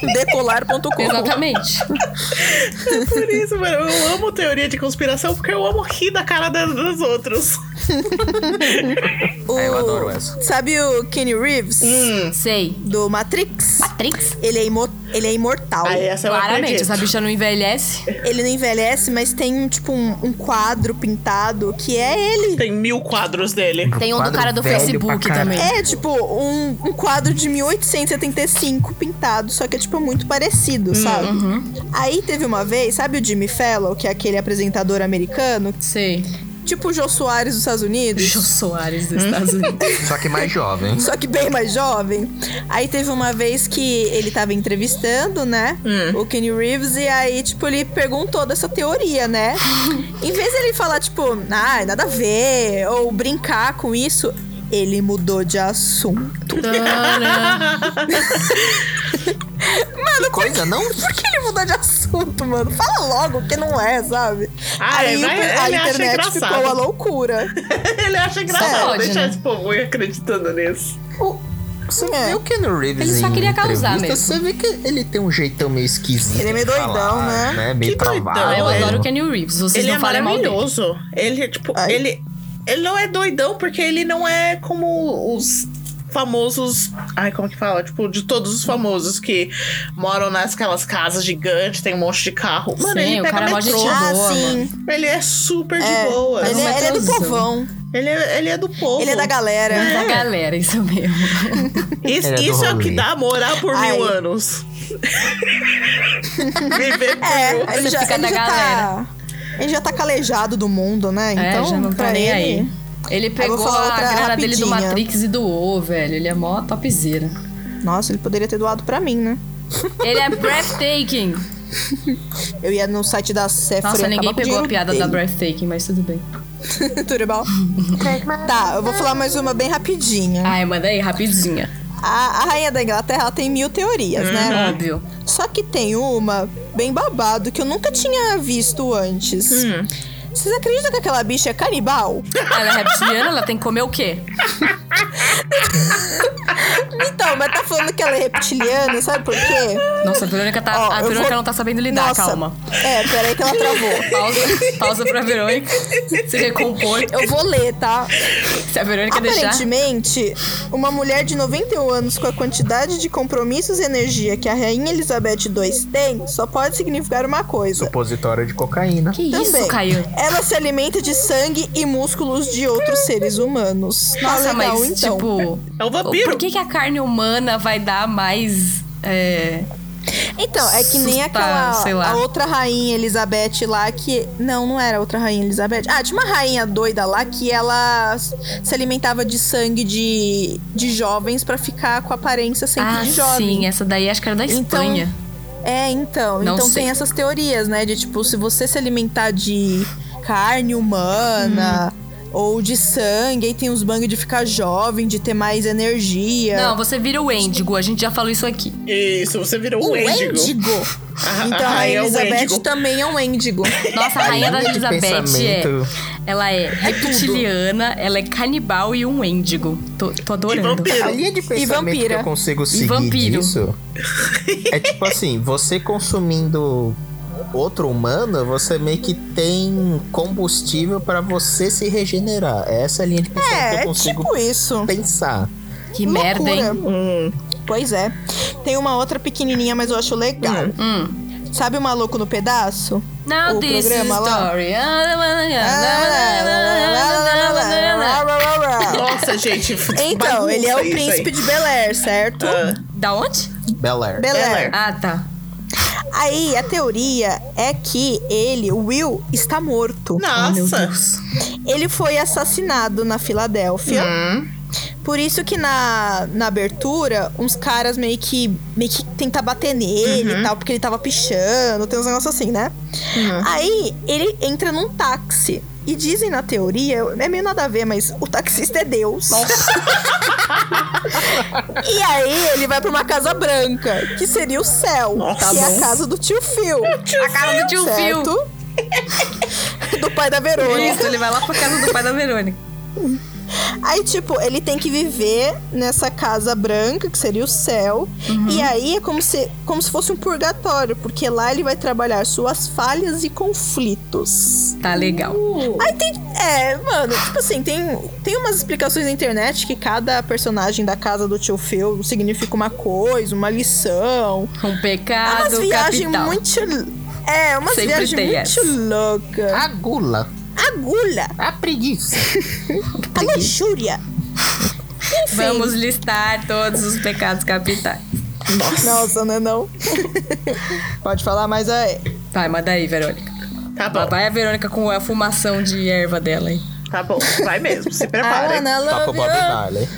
Speaker 3: Decolar.com.
Speaker 2: Exatamente.
Speaker 1: É por isso, mano. Eu amo teoria de conspiração porque eu amo rir da cara da- dos outros.
Speaker 3: O-
Speaker 5: É, eu adoro essa.
Speaker 3: Sabe o Kenny Reeves?
Speaker 2: Hum. Sei.
Speaker 3: Do Matrix?
Speaker 2: Matrix?
Speaker 3: Ele é, imo- ele é imortal.
Speaker 1: Aí essa eu
Speaker 2: Claramente,
Speaker 1: acredito.
Speaker 2: essa bicha não envelhece.
Speaker 3: Ele não envelhece, mas tem, tipo, um, um quadro pintado que é ele.
Speaker 1: Tem mil quadros dele.
Speaker 2: Tem um do
Speaker 5: quadro
Speaker 2: cara do
Speaker 5: velho
Speaker 2: Facebook
Speaker 5: pra caralho.
Speaker 2: também.
Speaker 3: É, tipo, um, um quadro de 1875 pintado, só que é, tipo, muito parecido,
Speaker 2: Hum,
Speaker 3: sabe?
Speaker 2: uhum.
Speaker 3: Aí teve uma vez, sabe o Jimmy Fallon, que é aquele apresentador americano?
Speaker 2: Sei.
Speaker 3: Tipo o Jô Soares dos Estados Unidos?
Speaker 2: Jô Soares dos Estados Unidos.
Speaker 5: Só que mais jovem.
Speaker 3: Só que bem mais jovem. Aí teve uma vez que ele tava entrevistando, né?
Speaker 2: Hum.
Speaker 3: O Kenny Reeves. E aí, tipo, ele perguntou dessa teoria, né? em vez dele falar, tipo, ai, nada a ver, ou brincar com isso, ele mudou de assunto.
Speaker 2: Tadã.
Speaker 5: Que coisa, não?
Speaker 3: Por que ele mudou de assunto, mano? Fala logo que não é, sabe?
Speaker 1: Ah,
Speaker 3: aí
Speaker 1: é,
Speaker 3: o-
Speaker 1: mas ele
Speaker 3: a
Speaker 1: acha
Speaker 3: internet ficou
Speaker 1: engraçado.
Speaker 3: uma loucura.
Speaker 1: Ele acha engraçado
Speaker 2: pode,
Speaker 1: deixar
Speaker 2: né?
Speaker 1: esse povo ir acreditando nisso.
Speaker 5: O- Você
Speaker 3: É.
Speaker 5: vê o Ken Reeves
Speaker 2: Ele só
Speaker 5: em
Speaker 2: queria causar
Speaker 5: entrevista,
Speaker 2: mesmo.
Speaker 5: Você vê que ele tem um jeitão meio esquisito.
Speaker 3: Ele é meio
Speaker 5: de
Speaker 3: doidão,
Speaker 5: falar,
Speaker 3: né?
Speaker 5: Meio
Speaker 1: Que doidão,
Speaker 5: travado. né?
Speaker 2: Ah, eu
Speaker 1: é.
Speaker 2: adoro o Kenny Reeves. Vocês
Speaker 1: ele
Speaker 2: não
Speaker 1: é
Speaker 2: falem mal dele.
Speaker 1: maravilhoso. Ele é tipo.
Speaker 3: Ai.
Speaker 1: Ele, ele não é doidão porque ele não é como os famosos. Ai, como que fala? Tipo, de todos os famosos que moram naquelas casas gigantes, tem um monte de carro. Mano,
Speaker 2: Sim,
Speaker 1: ele
Speaker 2: o
Speaker 1: pega
Speaker 2: cara é mó
Speaker 1: metrô.
Speaker 2: gente
Speaker 3: ah,
Speaker 2: boa,
Speaker 3: sim.
Speaker 1: Ele é super de boa.
Speaker 3: Ele,
Speaker 2: Não
Speaker 3: é-
Speaker 2: é
Speaker 3: ele é do
Speaker 2: transão.
Speaker 3: povão.
Speaker 1: Ele é, ele é do povo.
Speaker 3: Ele é da galera.
Speaker 2: Da galera, isso mesmo.
Speaker 1: Isso,
Speaker 5: Ele é do
Speaker 1: isso é o
Speaker 5: rolê.
Speaker 1: que dá morar por
Speaker 3: Ai.
Speaker 1: mil anos. Viver por
Speaker 3: É,
Speaker 1: mil
Speaker 3: ele
Speaker 2: Você
Speaker 3: já,
Speaker 2: fica
Speaker 3: ele
Speaker 2: da
Speaker 3: já
Speaker 2: galera.
Speaker 3: tá. Ele já tá calejado do mundo, né? Então,
Speaker 2: é, já não tá
Speaker 3: pra
Speaker 2: nem
Speaker 3: ele.
Speaker 2: aí. Ele pegou
Speaker 3: falar
Speaker 2: a
Speaker 3: outra
Speaker 2: grana dele do
Speaker 3: rapidinha.
Speaker 2: Matrix e doou, velho. Ele é mó topzera.
Speaker 3: Nossa, ele poderia ter doado pra mim, né?
Speaker 2: Ele é breathtaking.
Speaker 3: Eu ia no site da Sephora.
Speaker 2: Nossa,
Speaker 3: e
Speaker 2: ninguém
Speaker 3: acabava com o
Speaker 2: pegou a
Speaker 3: dinheiro
Speaker 2: piada da
Speaker 3: dele.
Speaker 2: breathtaking, mas tudo bem.
Speaker 3: Tudo bom? tá, eu vou falar mais uma bem rapidinha.
Speaker 2: Ai, manda aí, rapidinha.
Speaker 3: A, a rainha da Inglaterra ela tem mil teorias, né?
Speaker 2: Óbvio.
Speaker 3: Só que tem uma bem babado que eu nunca tinha visto antes. Vocês acreditam que aquela bicha é canibal?
Speaker 2: Ela é reptiliana, ela tem que comer o quê?
Speaker 3: Então, mas tá falando que ela é reptiliana, sabe por quê?
Speaker 2: Nossa, a Verônica, tá,
Speaker 3: Ó,
Speaker 2: a
Speaker 3: eu
Speaker 2: Verônica
Speaker 3: vou-
Speaker 2: não tá sabendo lidar,
Speaker 3: Nossa.
Speaker 2: calma.
Speaker 3: É, peraí que ela travou.
Speaker 2: Pausa, pausa pra Verônica se recompor.
Speaker 3: Eu vou ler, tá?
Speaker 2: Se a Verônica deixar.
Speaker 3: Aparentemente, uma mulher de 91 anos com a quantidade de compromissos e energia que a Rainha Elizabeth II tem, só pode significar uma coisa.
Speaker 5: um Supositório de cocaína.
Speaker 2: Que isso,
Speaker 3: Também. Tá
Speaker 2: Caio?
Speaker 3: Ela se alimenta de sangue e músculos de outros seres humanos. Tá
Speaker 2: Nossa,
Speaker 3: legal,
Speaker 2: mas
Speaker 3: então.
Speaker 2: tipo.
Speaker 1: É um vampiro.
Speaker 2: Por que, que a carne humana vai dar mais. É,
Speaker 3: Então, é que nem
Speaker 2: Susta-
Speaker 3: aquela
Speaker 2: sei lá.
Speaker 3: a outra rainha Elizabeth lá que. Não, não era a outra rainha Elizabeth. Ah, tinha uma rainha doida lá que ela s- se alimentava de sangue de, de jovens pra ficar com a aparência sempre
Speaker 2: ah,
Speaker 3: de jovem.
Speaker 2: sim, essa daí acho que era da
Speaker 3: Então,
Speaker 2: Espanha.
Speaker 3: É, então.
Speaker 2: Não
Speaker 3: então
Speaker 2: sei.
Speaker 3: tem essas teorias, né? De tipo, se você se alimentar de carne humana
Speaker 2: Hum.
Speaker 3: ou de sangue, aí tem os bangs de ficar jovem, de ter mais energia.
Speaker 2: Não, você vira o Índigo, a gente já falou isso aqui.
Speaker 1: Isso, você virou um Wendigo. A-
Speaker 3: Então a
Speaker 1: a rainha
Speaker 3: Rainha
Speaker 1: é um
Speaker 3: Elizabeth
Speaker 1: Wendigo.
Speaker 3: também é um índigo.
Speaker 2: Nossa, a rainha da
Speaker 5: linha de
Speaker 2: Elizabeth é.
Speaker 5: pensamento.
Speaker 2: Ela é reptiliana, ela é canibal e um Índigo. Tô, tô
Speaker 1: E
Speaker 2: adorando.
Speaker 5: A
Speaker 1: vampiro.
Speaker 5: linha de pensamento que
Speaker 3: vampira.
Speaker 5: eu consigo seguir
Speaker 2: vampiro.
Speaker 5: disso é tipo assim, você consumindo outro humano, você meio que tem combustível pra você se regenerar. Essa é a linha de pensamento
Speaker 3: É,
Speaker 5: que eu
Speaker 3: é
Speaker 5: consigo
Speaker 3: tipo isso.
Speaker 5: pensar.
Speaker 2: Que merda, hein?
Speaker 3: Loucura.
Speaker 1: Hum.
Speaker 3: Pois é. Tem uma outra pequenininha, mas eu acho legal.
Speaker 2: Hum.
Speaker 3: Sabe o Maluco no Pedaço?
Speaker 2: Now
Speaker 3: O
Speaker 2: this is
Speaker 3: programa lá.
Speaker 2: story. Ah,
Speaker 1: Nossa, gente.
Speaker 3: é? Então,
Speaker 1: bagunça
Speaker 3: ele é o
Speaker 1: isso aí. Ah,
Speaker 3: príncipe de Bel Air, certo?
Speaker 2: Da onde?
Speaker 5: Bel Air.
Speaker 3: Bel
Speaker 1: Bel
Speaker 3: Air.
Speaker 1: Air.
Speaker 2: Ah, tá.
Speaker 3: Aí a teoria é que ele, o Will, está morto.
Speaker 2: Ai, meu
Speaker 1: Nossa.
Speaker 2: Deus.
Speaker 1: Hum.
Speaker 3: Ele foi assassinado na Filadélfia Por isso que na, na abertura, uns caras meio que, meio que tentam bater nele
Speaker 2: Uhum.
Speaker 3: e tal, porque ele tava pichando, tem uns negócios assim, né? Aí ele entra num táxi. E dizem na teoria, é meio nada a ver, mas o taxista é Deus. e aí ele vai pra uma casa branca, que seria o céu,
Speaker 1: Nossa.
Speaker 3: que é
Speaker 1: Bom.
Speaker 3: a casa do tio Phil.
Speaker 2: Tá A casa do tio Phil.
Speaker 3: Certo? do pai da Verônica.
Speaker 2: Isso, ele vai lá pra casa do pai da Verônica.
Speaker 3: Aí, tipo, ele tem que viver nessa casa branca, que seria o céu. E
Speaker 2: Uhum.
Speaker 3: aí é como se, como se fosse um purgatório, porque lá ele vai trabalhar suas falhas e conflitos.
Speaker 2: Tá legal.
Speaker 3: Aí tem. É, mano, tipo assim, tem, tem umas explicações na internet que cada personagem da casa do tio Phil significa uma coisa, uma lição.
Speaker 2: Um
Speaker 3: É
Speaker 2: pecado
Speaker 3: umas viagens
Speaker 2: capital.
Speaker 3: muito. É, umas
Speaker 2: Sempre
Speaker 3: viagens
Speaker 2: tem
Speaker 3: muito
Speaker 2: essa.
Speaker 3: loucas.
Speaker 5: A gula.
Speaker 3: Agulha,
Speaker 5: A preguiça.
Speaker 3: a luxúria. Enfim.
Speaker 2: Vamos listar todos os pecados capitais.
Speaker 3: Nossa, não é não? Pode falar é- mais aí.
Speaker 2: Vai, manda aí, Verônica.
Speaker 1: Tá bom,
Speaker 2: Lá Vai a Verônica com a fumação de erva dela aí.
Speaker 1: tá bom. Vai mesmo, se prepara.
Speaker 3: Ah,
Speaker 2: tá
Speaker 3: Ana
Speaker 5: Toca o Tá Bob
Speaker 3: Love.
Speaker 5: Marley.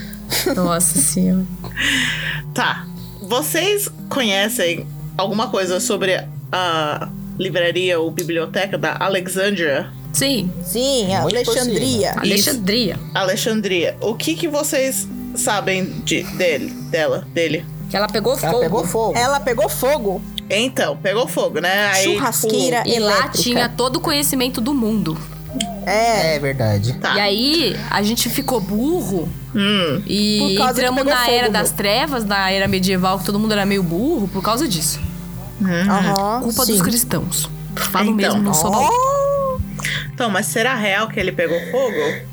Speaker 2: Nossa senhora.
Speaker 1: Tá. Vocês conhecem alguma coisa sobre a livraria ou biblioteca da Alexandria?
Speaker 2: Sim,
Speaker 3: Sim, a
Speaker 5: Muito
Speaker 3: Alexandria.
Speaker 2: Alexandria.
Speaker 1: Alexandria. O que, que vocês sabem de, dele, dela, dele?
Speaker 2: Que ela pegou
Speaker 5: Ela
Speaker 2: fogo.
Speaker 5: pegou fogo.
Speaker 3: Ela pegou fogo.
Speaker 1: Então, pegou fogo, né? Aí,
Speaker 3: Churrasqueira.
Speaker 2: E lá
Speaker 3: elétrica.
Speaker 2: tinha todo o conhecimento do mundo.
Speaker 3: É.
Speaker 5: É verdade.
Speaker 1: Tá.
Speaker 2: E aí, a gente ficou burro
Speaker 1: Hum,
Speaker 2: e
Speaker 3: Por causa que
Speaker 2: entramos
Speaker 3: pegou
Speaker 2: na
Speaker 3: fogo,
Speaker 2: era
Speaker 3: meu.
Speaker 2: das trevas, na era medieval, que todo mundo era meio burro por causa disso.
Speaker 3: Aham.
Speaker 2: É. Culpa
Speaker 3: sim.
Speaker 2: dos cristãos. Falo
Speaker 1: Então,
Speaker 2: mesmo, não sou maluca.
Speaker 3: Oh,
Speaker 1: então, mas será real que ele pegou fogo?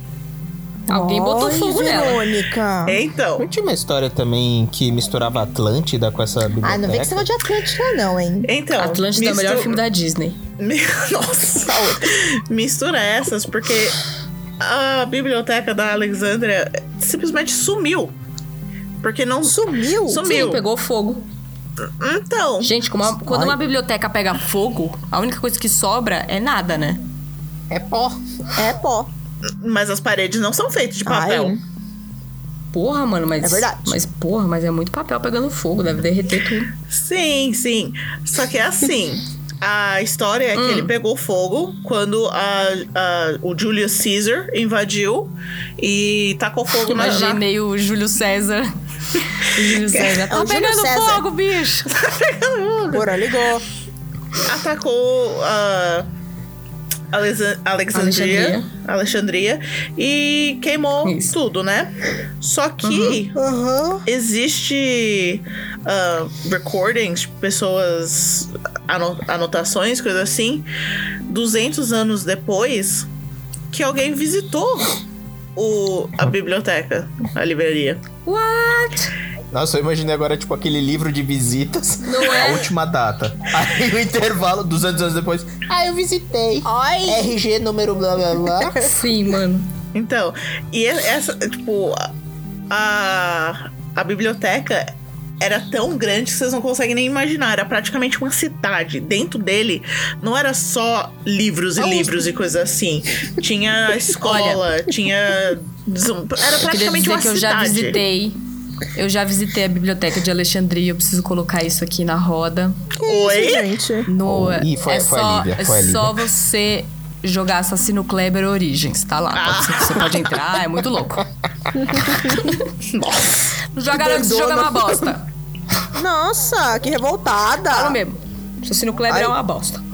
Speaker 2: Alguém botou
Speaker 3: Oi,
Speaker 2: fogo nela.
Speaker 3: Verônica.
Speaker 1: Então,
Speaker 5: Não tinha uma história também que misturava Atlântida com essa biblioteca?
Speaker 3: Ah, não vem que você vai de Atlântida, não, hein?
Speaker 1: então.
Speaker 2: Atlântida é o melhor
Speaker 1: mistu-
Speaker 2: filme da Disney.
Speaker 1: Mi- Nossa, mistura essas, porque a biblioteca da Alexandria simplesmente sumiu. Porque não.
Speaker 3: Sumiu.
Speaker 1: Sumiu.
Speaker 2: Sim, pegou fogo.
Speaker 1: Então.
Speaker 2: Gente, como uma- quando uma biblioteca pega fogo, a única coisa que sobra é nada, né?
Speaker 5: É pó.
Speaker 3: É pó.
Speaker 1: Mas as paredes não são feitas de
Speaker 3: Ai,
Speaker 1: papel.
Speaker 2: Porra, mano, mas.
Speaker 3: É verdade.
Speaker 2: Mas, porra, mas é muito papel pegando fogo, deve derreter tudo.
Speaker 1: Sim, sim. Só que é assim. A história é que ele pegou fogo quando a, a- o Julius Caesar invadiu e tacou fogo na- na,
Speaker 2: Imaginei o Júlio César. O Júlio César. Tá
Speaker 3: É o Júlio
Speaker 2: pegando
Speaker 3: César.
Speaker 2: fogo, bicho!
Speaker 3: Bora, ligou.
Speaker 1: atacou a Alesa- Alexandria, Alexandria. e queimou
Speaker 2: Isso.
Speaker 1: tudo, né? Só que
Speaker 3: Aham.
Speaker 1: existe ah, recordings, de pessoas, ano- anotações, coisa assim, 200 anos depois que alguém visitou o, a biblioteca, a livraria.
Speaker 2: What?
Speaker 5: Nossa, eu imaginei agora, tipo, aquele livro de visitas.
Speaker 2: Não
Speaker 5: A
Speaker 2: é?
Speaker 5: última data. Aí o intervalo, 200 anos depois. Ah, eu visitei.
Speaker 3: Ai.
Speaker 5: RG número blá blá blá.
Speaker 2: Sim, mano.
Speaker 1: Então, e e- essa, tipo, a- a, a biblioteca era tão grande que vocês não conseguem nem imaginar. Era praticamente uma cidade. Dentro dele não era só livros e livros e coisa assim. Tinha escola, tinha. zum- Era
Speaker 2: Eu queria
Speaker 1: praticamente
Speaker 2: dizer
Speaker 1: uma
Speaker 2: que eu
Speaker 1: cidade.
Speaker 2: já visitei. Eu já visitei a biblioteca de Alexandria, eu preciso colocar isso aqui na roda.
Speaker 1: Oi?
Speaker 3: Gente.
Speaker 2: No,
Speaker 5: Oh, ih, foi-
Speaker 2: é
Speaker 5: foi a
Speaker 2: só,
Speaker 5: Lívia, foi a
Speaker 2: é
Speaker 5: Lívia.
Speaker 2: só você jogar Assassino Kleber Origins, tá lá. Pode ser que você pode entrar, é muito louco.
Speaker 1: Nossa.
Speaker 2: Não joga nada, você joga uma bosta.
Speaker 3: Nossa, que revoltada.
Speaker 2: Falo mesmo. Assassino Kleber é uma bosta.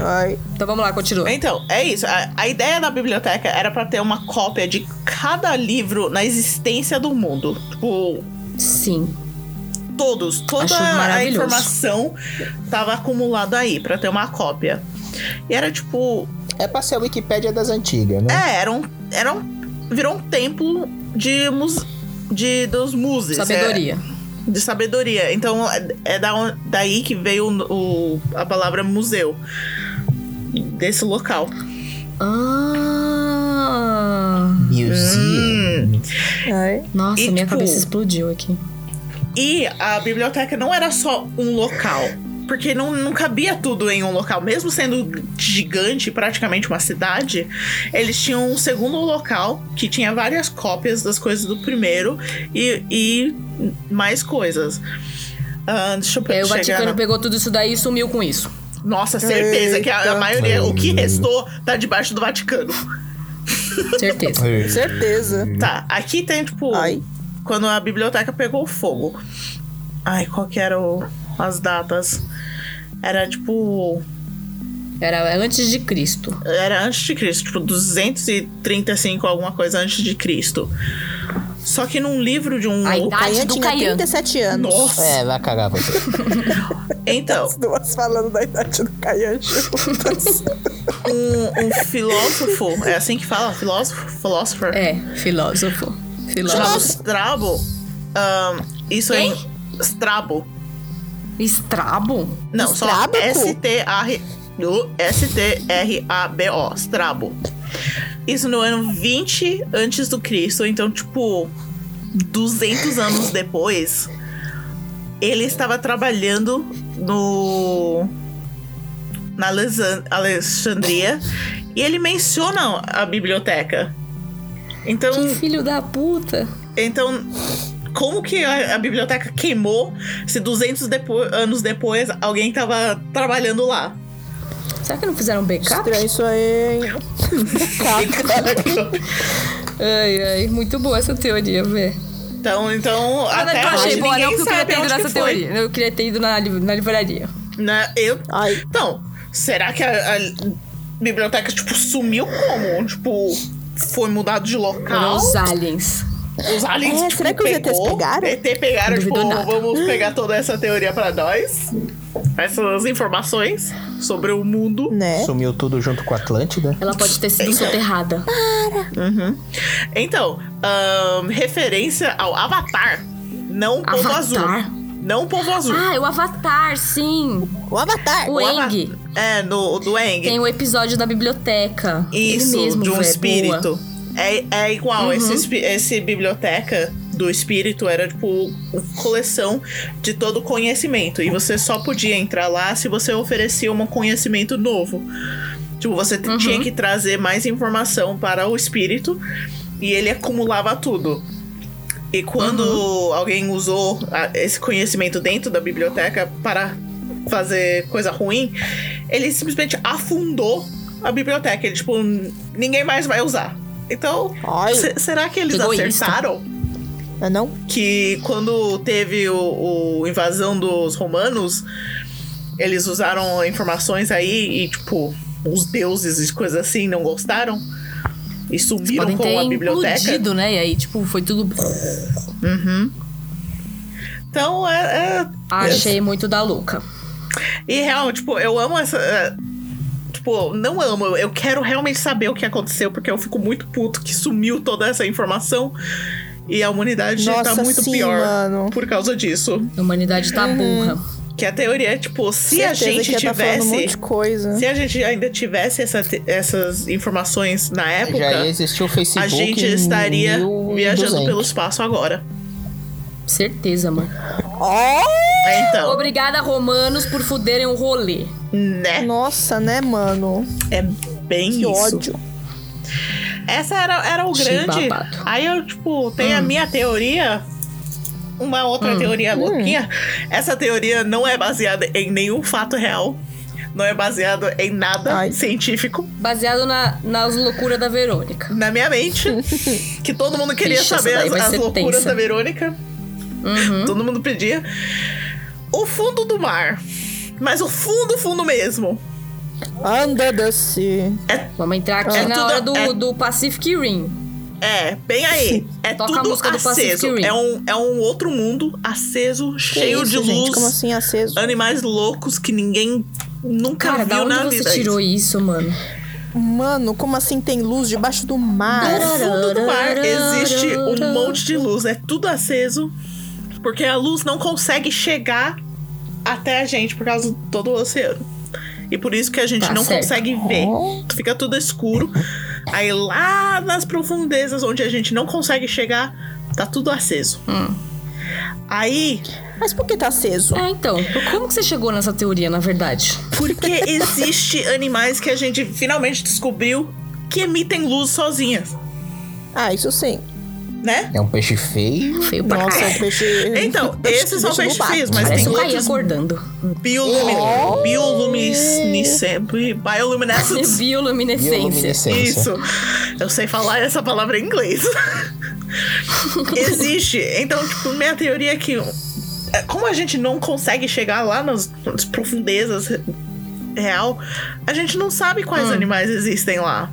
Speaker 3: Ai.
Speaker 2: Então vamos lá, continua.
Speaker 1: Então, é isso. A, a ideia da biblioteca era pra ter uma cópia de cada livro na existência do mundo. Tipo,
Speaker 2: Sim.
Speaker 1: todos, toda
Speaker 2: Acho
Speaker 1: a
Speaker 2: maravilhoso.
Speaker 1: informação tava acumulada aí pra ter uma cópia. E era tipo,
Speaker 5: É pra ser a Wikipédia das antigas, né?
Speaker 1: é, era um, era um virou um templo de mus, de dos muses,
Speaker 2: Sabedoria.
Speaker 1: é, de sabedoria. Então é- é da, on- daí que veio o, o- a palavra museu desse local.
Speaker 2: Ah.
Speaker 5: Museum.
Speaker 3: Ai.
Speaker 2: Nossa,
Speaker 1: E,
Speaker 2: minha
Speaker 1: tipo,
Speaker 2: cabeça explodiu aqui.
Speaker 1: E a biblioteca não era só um local. porque não, não cabia tudo em um local. Mesmo sendo gigante, praticamente uma cidade, eles tinham um segundo local que tinha várias cópias das coisas do primeiro e, e mais coisas. Ah, deixa eu
Speaker 2: É,
Speaker 1: chegar
Speaker 2: o Vaticano
Speaker 1: na-
Speaker 2: pegou tudo isso daí e sumiu com isso.
Speaker 1: Nossa, certeza que a, a
Speaker 3: Eita.
Speaker 1: maioria, o que restou, tá debaixo do Vaticano.
Speaker 2: Certeza.
Speaker 3: Com
Speaker 1: Hum.
Speaker 3: certeza.
Speaker 1: Tá, aqui tem, tipo,
Speaker 3: Ai.
Speaker 1: quando a biblioteca pegou fogo. Ai, qual que era o- as datas? Era, tipo,
Speaker 2: Era antes de Cristo.
Speaker 1: era antes de Cristo, tipo, 235 alguma coisa antes de Cristo. Só que num livro de um...
Speaker 2: A idade
Speaker 3: Aí eu
Speaker 2: do
Speaker 3: tinha
Speaker 2: Caian.
Speaker 3: 37 anos.
Speaker 1: Nossa!
Speaker 5: É, vai cagar você.
Speaker 1: Então,
Speaker 3: As duas falando da idade do Caian juntas.
Speaker 1: um, um filósofo, é assim que fala? Filósofo? Philosopher?
Speaker 2: É, filósofo.
Speaker 1: Chamado
Speaker 2: Filósofo.
Speaker 1: Strabo. ahn, isso é em... Strabo.
Speaker 2: Estrabo?
Speaker 1: Não,
Speaker 3: Estrábico?
Speaker 1: só S-T-R... o S-T-R-A-B-O, Strabo. Isso no ano 20 antes do Cristo, então, tipo, 200 anos depois, ele estava trabalhando no... na Alexan- Alexandria, e ele menciona a biblioteca. Então,
Speaker 2: Que filho da puta.
Speaker 1: então, como que a, a biblioteca queimou se 200 depo- anos depois alguém tava trabalhando lá?
Speaker 2: Será que não fizeram um backup?
Speaker 3: Estranho isso aí, hein?
Speaker 2: Ai, ai, muito boa essa teoria, velho.
Speaker 1: Então, então
Speaker 2: Nada
Speaker 1: até
Speaker 2: que eu
Speaker 1: hoje
Speaker 2: achei boa, não,
Speaker 1: ninguém
Speaker 2: porque eu queria
Speaker 1: sabe
Speaker 2: ter ido
Speaker 1: onde que
Speaker 2: nessa
Speaker 1: foi.
Speaker 2: teoria. Eu queria ter ido na, li- na livraria.
Speaker 1: Né? Eu,
Speaker 3: Ai,
Speaker 1: então, será que a, a biblioteca, tipo, sumiu como? Tipo, foi mudado de
Speaker 2: Foram
Speaker 1: local?
Speaker 2: os aliens.
Speaker 1: Os aliens,
Speaker 3: É,
Speaker 1: tipo,
Speaker 3: será que os ETs
Speaker 1: pegou?
Speaker 3: pegaram?
Speaker 1: ET pegaram,
Speaker 2: Duvido
Speaker 1: tipo,
Speaker 2: nada.
Speaker 1: vamos pegar toda essa teoria pra nós. Essas informações sobre o mundo.
Speaker 3: né?
Speaker 5: Sumiu tudo junto com a Atlântida.
Speaker 2: Ela pode ter sido
Speaker 1: Então.
Speaker 2: soterrada.
Speaker 1: Então, ahn, referência ao Avatar. Não o povo
Speaker 2: Avatar?
Speaker 1: azul. Não o povo azul.
Speaker 2: Ah, é o Avatar, sim.
Speaker 3: O Avatar.
Speaker 2: O
Speaker 1: Ava-
Speaker 2: Eng.
Speaker 1: É, no, do Eng.
Speaker 2: Tem o episódio da biblioteca.
Speaker 1: Isso,
Speaker 2: Ele mesmo,
Speaker 1: de um
Speaker 2: véi, boa. Uhum.
Speaker 1: espírito. É, é igual, esse, espi- esse biblioteca do espírito era tipo coleção de todo conhecimento. E você só podia entrar lá se você oferecia um conhecimento novo. Tipo, você
Speaker 2: Uhum.
Speaker 1: t- tinha que trazer mais informação para o espírito e ele acumulava tudo. E quando
Speaker 2: Uhum.
Speaker 1: alguém usou a- esse conhecimento dentro da biblioteca para fazer coisa ruim, ele simplesmente afundou a biblioteca. Ele, tipo, n- ninguém mais vai usar. Então,
Speaker 3: Ai,
Speaker 1: se- será que eles
Speaker 2: Egoísta.
Speaker 1: acertaram?
Speaker 3: eu não
Speaker 1: Que quando teve o, o invasão dos romanos, eles usaram informações aí e, tipo, os deuses e coisas assim não gostaram? E subiram
Speaker 2: Podem
Speaker 1: com a
Speaker 2: ter
Speaker 1: biblioteca.
Speaker 2: implodido, né? E aí, tipo, foi tudo...
Speaker 1: Então, é- é
Speaker 2: Achei muito da louca.
Speaker 1: E real, tipo, eu amo essa. eh, Tipo, não amo, eu- eu quero realmente saber o que aconteceu, porque eu fico muito puto que sumiu toda essa informação. E a humanidade tá
Speaker 3: Nossa,
Speaker 1: muito
Speaker 3: sim,
Speaker 1: pior
Speaker 3: mano.
Speaker 1: por causa disso.
Speaker 2: A humanidade
Speaker 1: Uhum.
Speaker 2: tá burra.
Speaker 1: Que a teoria é, tipo, se a
Speaker 3: Certeza
Speaker 1: gente
Speaker 3: que ia tá falando um monte
Speaker 1: tivesse.
Speaker 3: de coisa.
Speaker 1: se a gente ainda tivesse essa te- essas informações na época,
Speaker 5: Já existiu o Facebook.
Speaker 1: a gente estaria viajando pelo
Speaker 5: pelos.
Speaker 1: espaço agora.
Speaker 2: Certeza, mano.
Speaker 1: Então,
Speaker 2: Obrigada, romanos, por fuderem o rolê.
Speaker 1: né?
Speaker 3: Nossa, né, mano?
Speaker 1: É bem
Speaker 3: Que
Speaker 1: isso.
Speaker 3: ódio.
Speaker 1: Essa era, era o
Speaker 2: Achei
Speaker 1: grande.
Speaker 2: babado.
Speaker 1: Aí eu, tipo, tenho a
Speaker 2: Hum.
Speaker 1: minha teoria. Uma outra teoria louquinha. Essa teoria não é baseada em nenhum fato real. Não é baseada em nada
Speaker 3: Ai.
Speaker 1: científico.
Speaker 2: Baseado na, nas loucuras da Verônica.
Speaker 1: Na minha mente. que todo mundo queria
Speaker 2: Vixe, essa
Speaker 1: saber
Speaker 2: daí
Speaker 1: as,
Speaker 2: vai
Speaker 1: as
Speaker 2: ser
Speaker 1: loucuras
Speaker 2: tensa.
Speaker 1: da Verônica.
Speaker 2: Uhum.
Speaker 1: Todo mundo pedia. O fundo do mar. Mas o fundo, fundo mesmo.
Speaker 3: Under the sea.
Speaker 2: Vamos entrar aqui
Speaker 1: É
Speaker 2: na
Speaker 1: tudo-
Speaker 2: hora do,
Speaker 1: é-
Speaker 2: do Pacific Rim.
Speaker 1: É, bem aí. É
Speaker 2: Toca a
Speaker 1: tudo
Speaker 2: música do Pacific
Speaker 1: aceso.
Speaker 2: Rim.
Speaker 1: É um, é um outro mundo aceso,
Speaker 3: Que
Speaker 1: cheio
Speaker 3: isso,
Speaker 1: de luz.
Speaker 3: gente? Como assim aceso?
Speaker 1: animais loucos que ninguém nunca
Speaker 2: Cara, da
Speaker 1: viu na
Speaker 2: onde
Speaker 1: vida.
Speaker 2: você tirou isso, mano?
Speaker 3: Mano, como assim tem luz debaixo do mar?
Speaker 1: No fundo do mar existe um monte de luz, é tudo aceso, porque a luz não consegue chegar até a gente por causa de todo o oceano. E por isso que a gente
Speaker 2: Tá
Speaker 1: não
Speaker 2: certo.
Speaker 1: consegue ver. Fica tudo escuro. Aí lá nas
Speaker 2: Hum.
Speaker 1: profundezas onde a gente não consegue chegar, tá tudo aceso. Aí
Speaker 3: Mas por que tá aceso?
Speaker 2: É, então. Como que você chegou nessa teoria, na verdade?
Speaker 1: Porque existe animais que a gente finalmente descobriu que emitem luz sozinhas,
Speaker 3: Ah, isso sim.
Speaker 1: né?
Speaker 5: É um peixe feio.
Speaker 2: Feio pra
Speaker 3: Nossa,
Speaker 2: caralho.
Speaker 3: o peixe.
Speaker 1: Então, esses são
Speaker 3: deixa eu
Speaker 1: peixes
Speaker 3: roubar.
Speaker 1: feios, mas
Speaker 2: Parece
Speaker 1: tem
Speaker 2: um caí
Speaker 1: outros
Speaker 2: acordando.
Speaker 1: biolumi- bioluminescentes. Bioluminescentes.
Speaker 2: Bioluminescência.
Speaker 5: Bioluminescência.
Speaker 1: Isso. Eu sei falar essa palavra em inglês. Existe. Então, tipo, minha teoria é que. é, Como a gente não consegue chegar lá nas, nas profundezas re- real, a gente não sabe quais animais existem lá.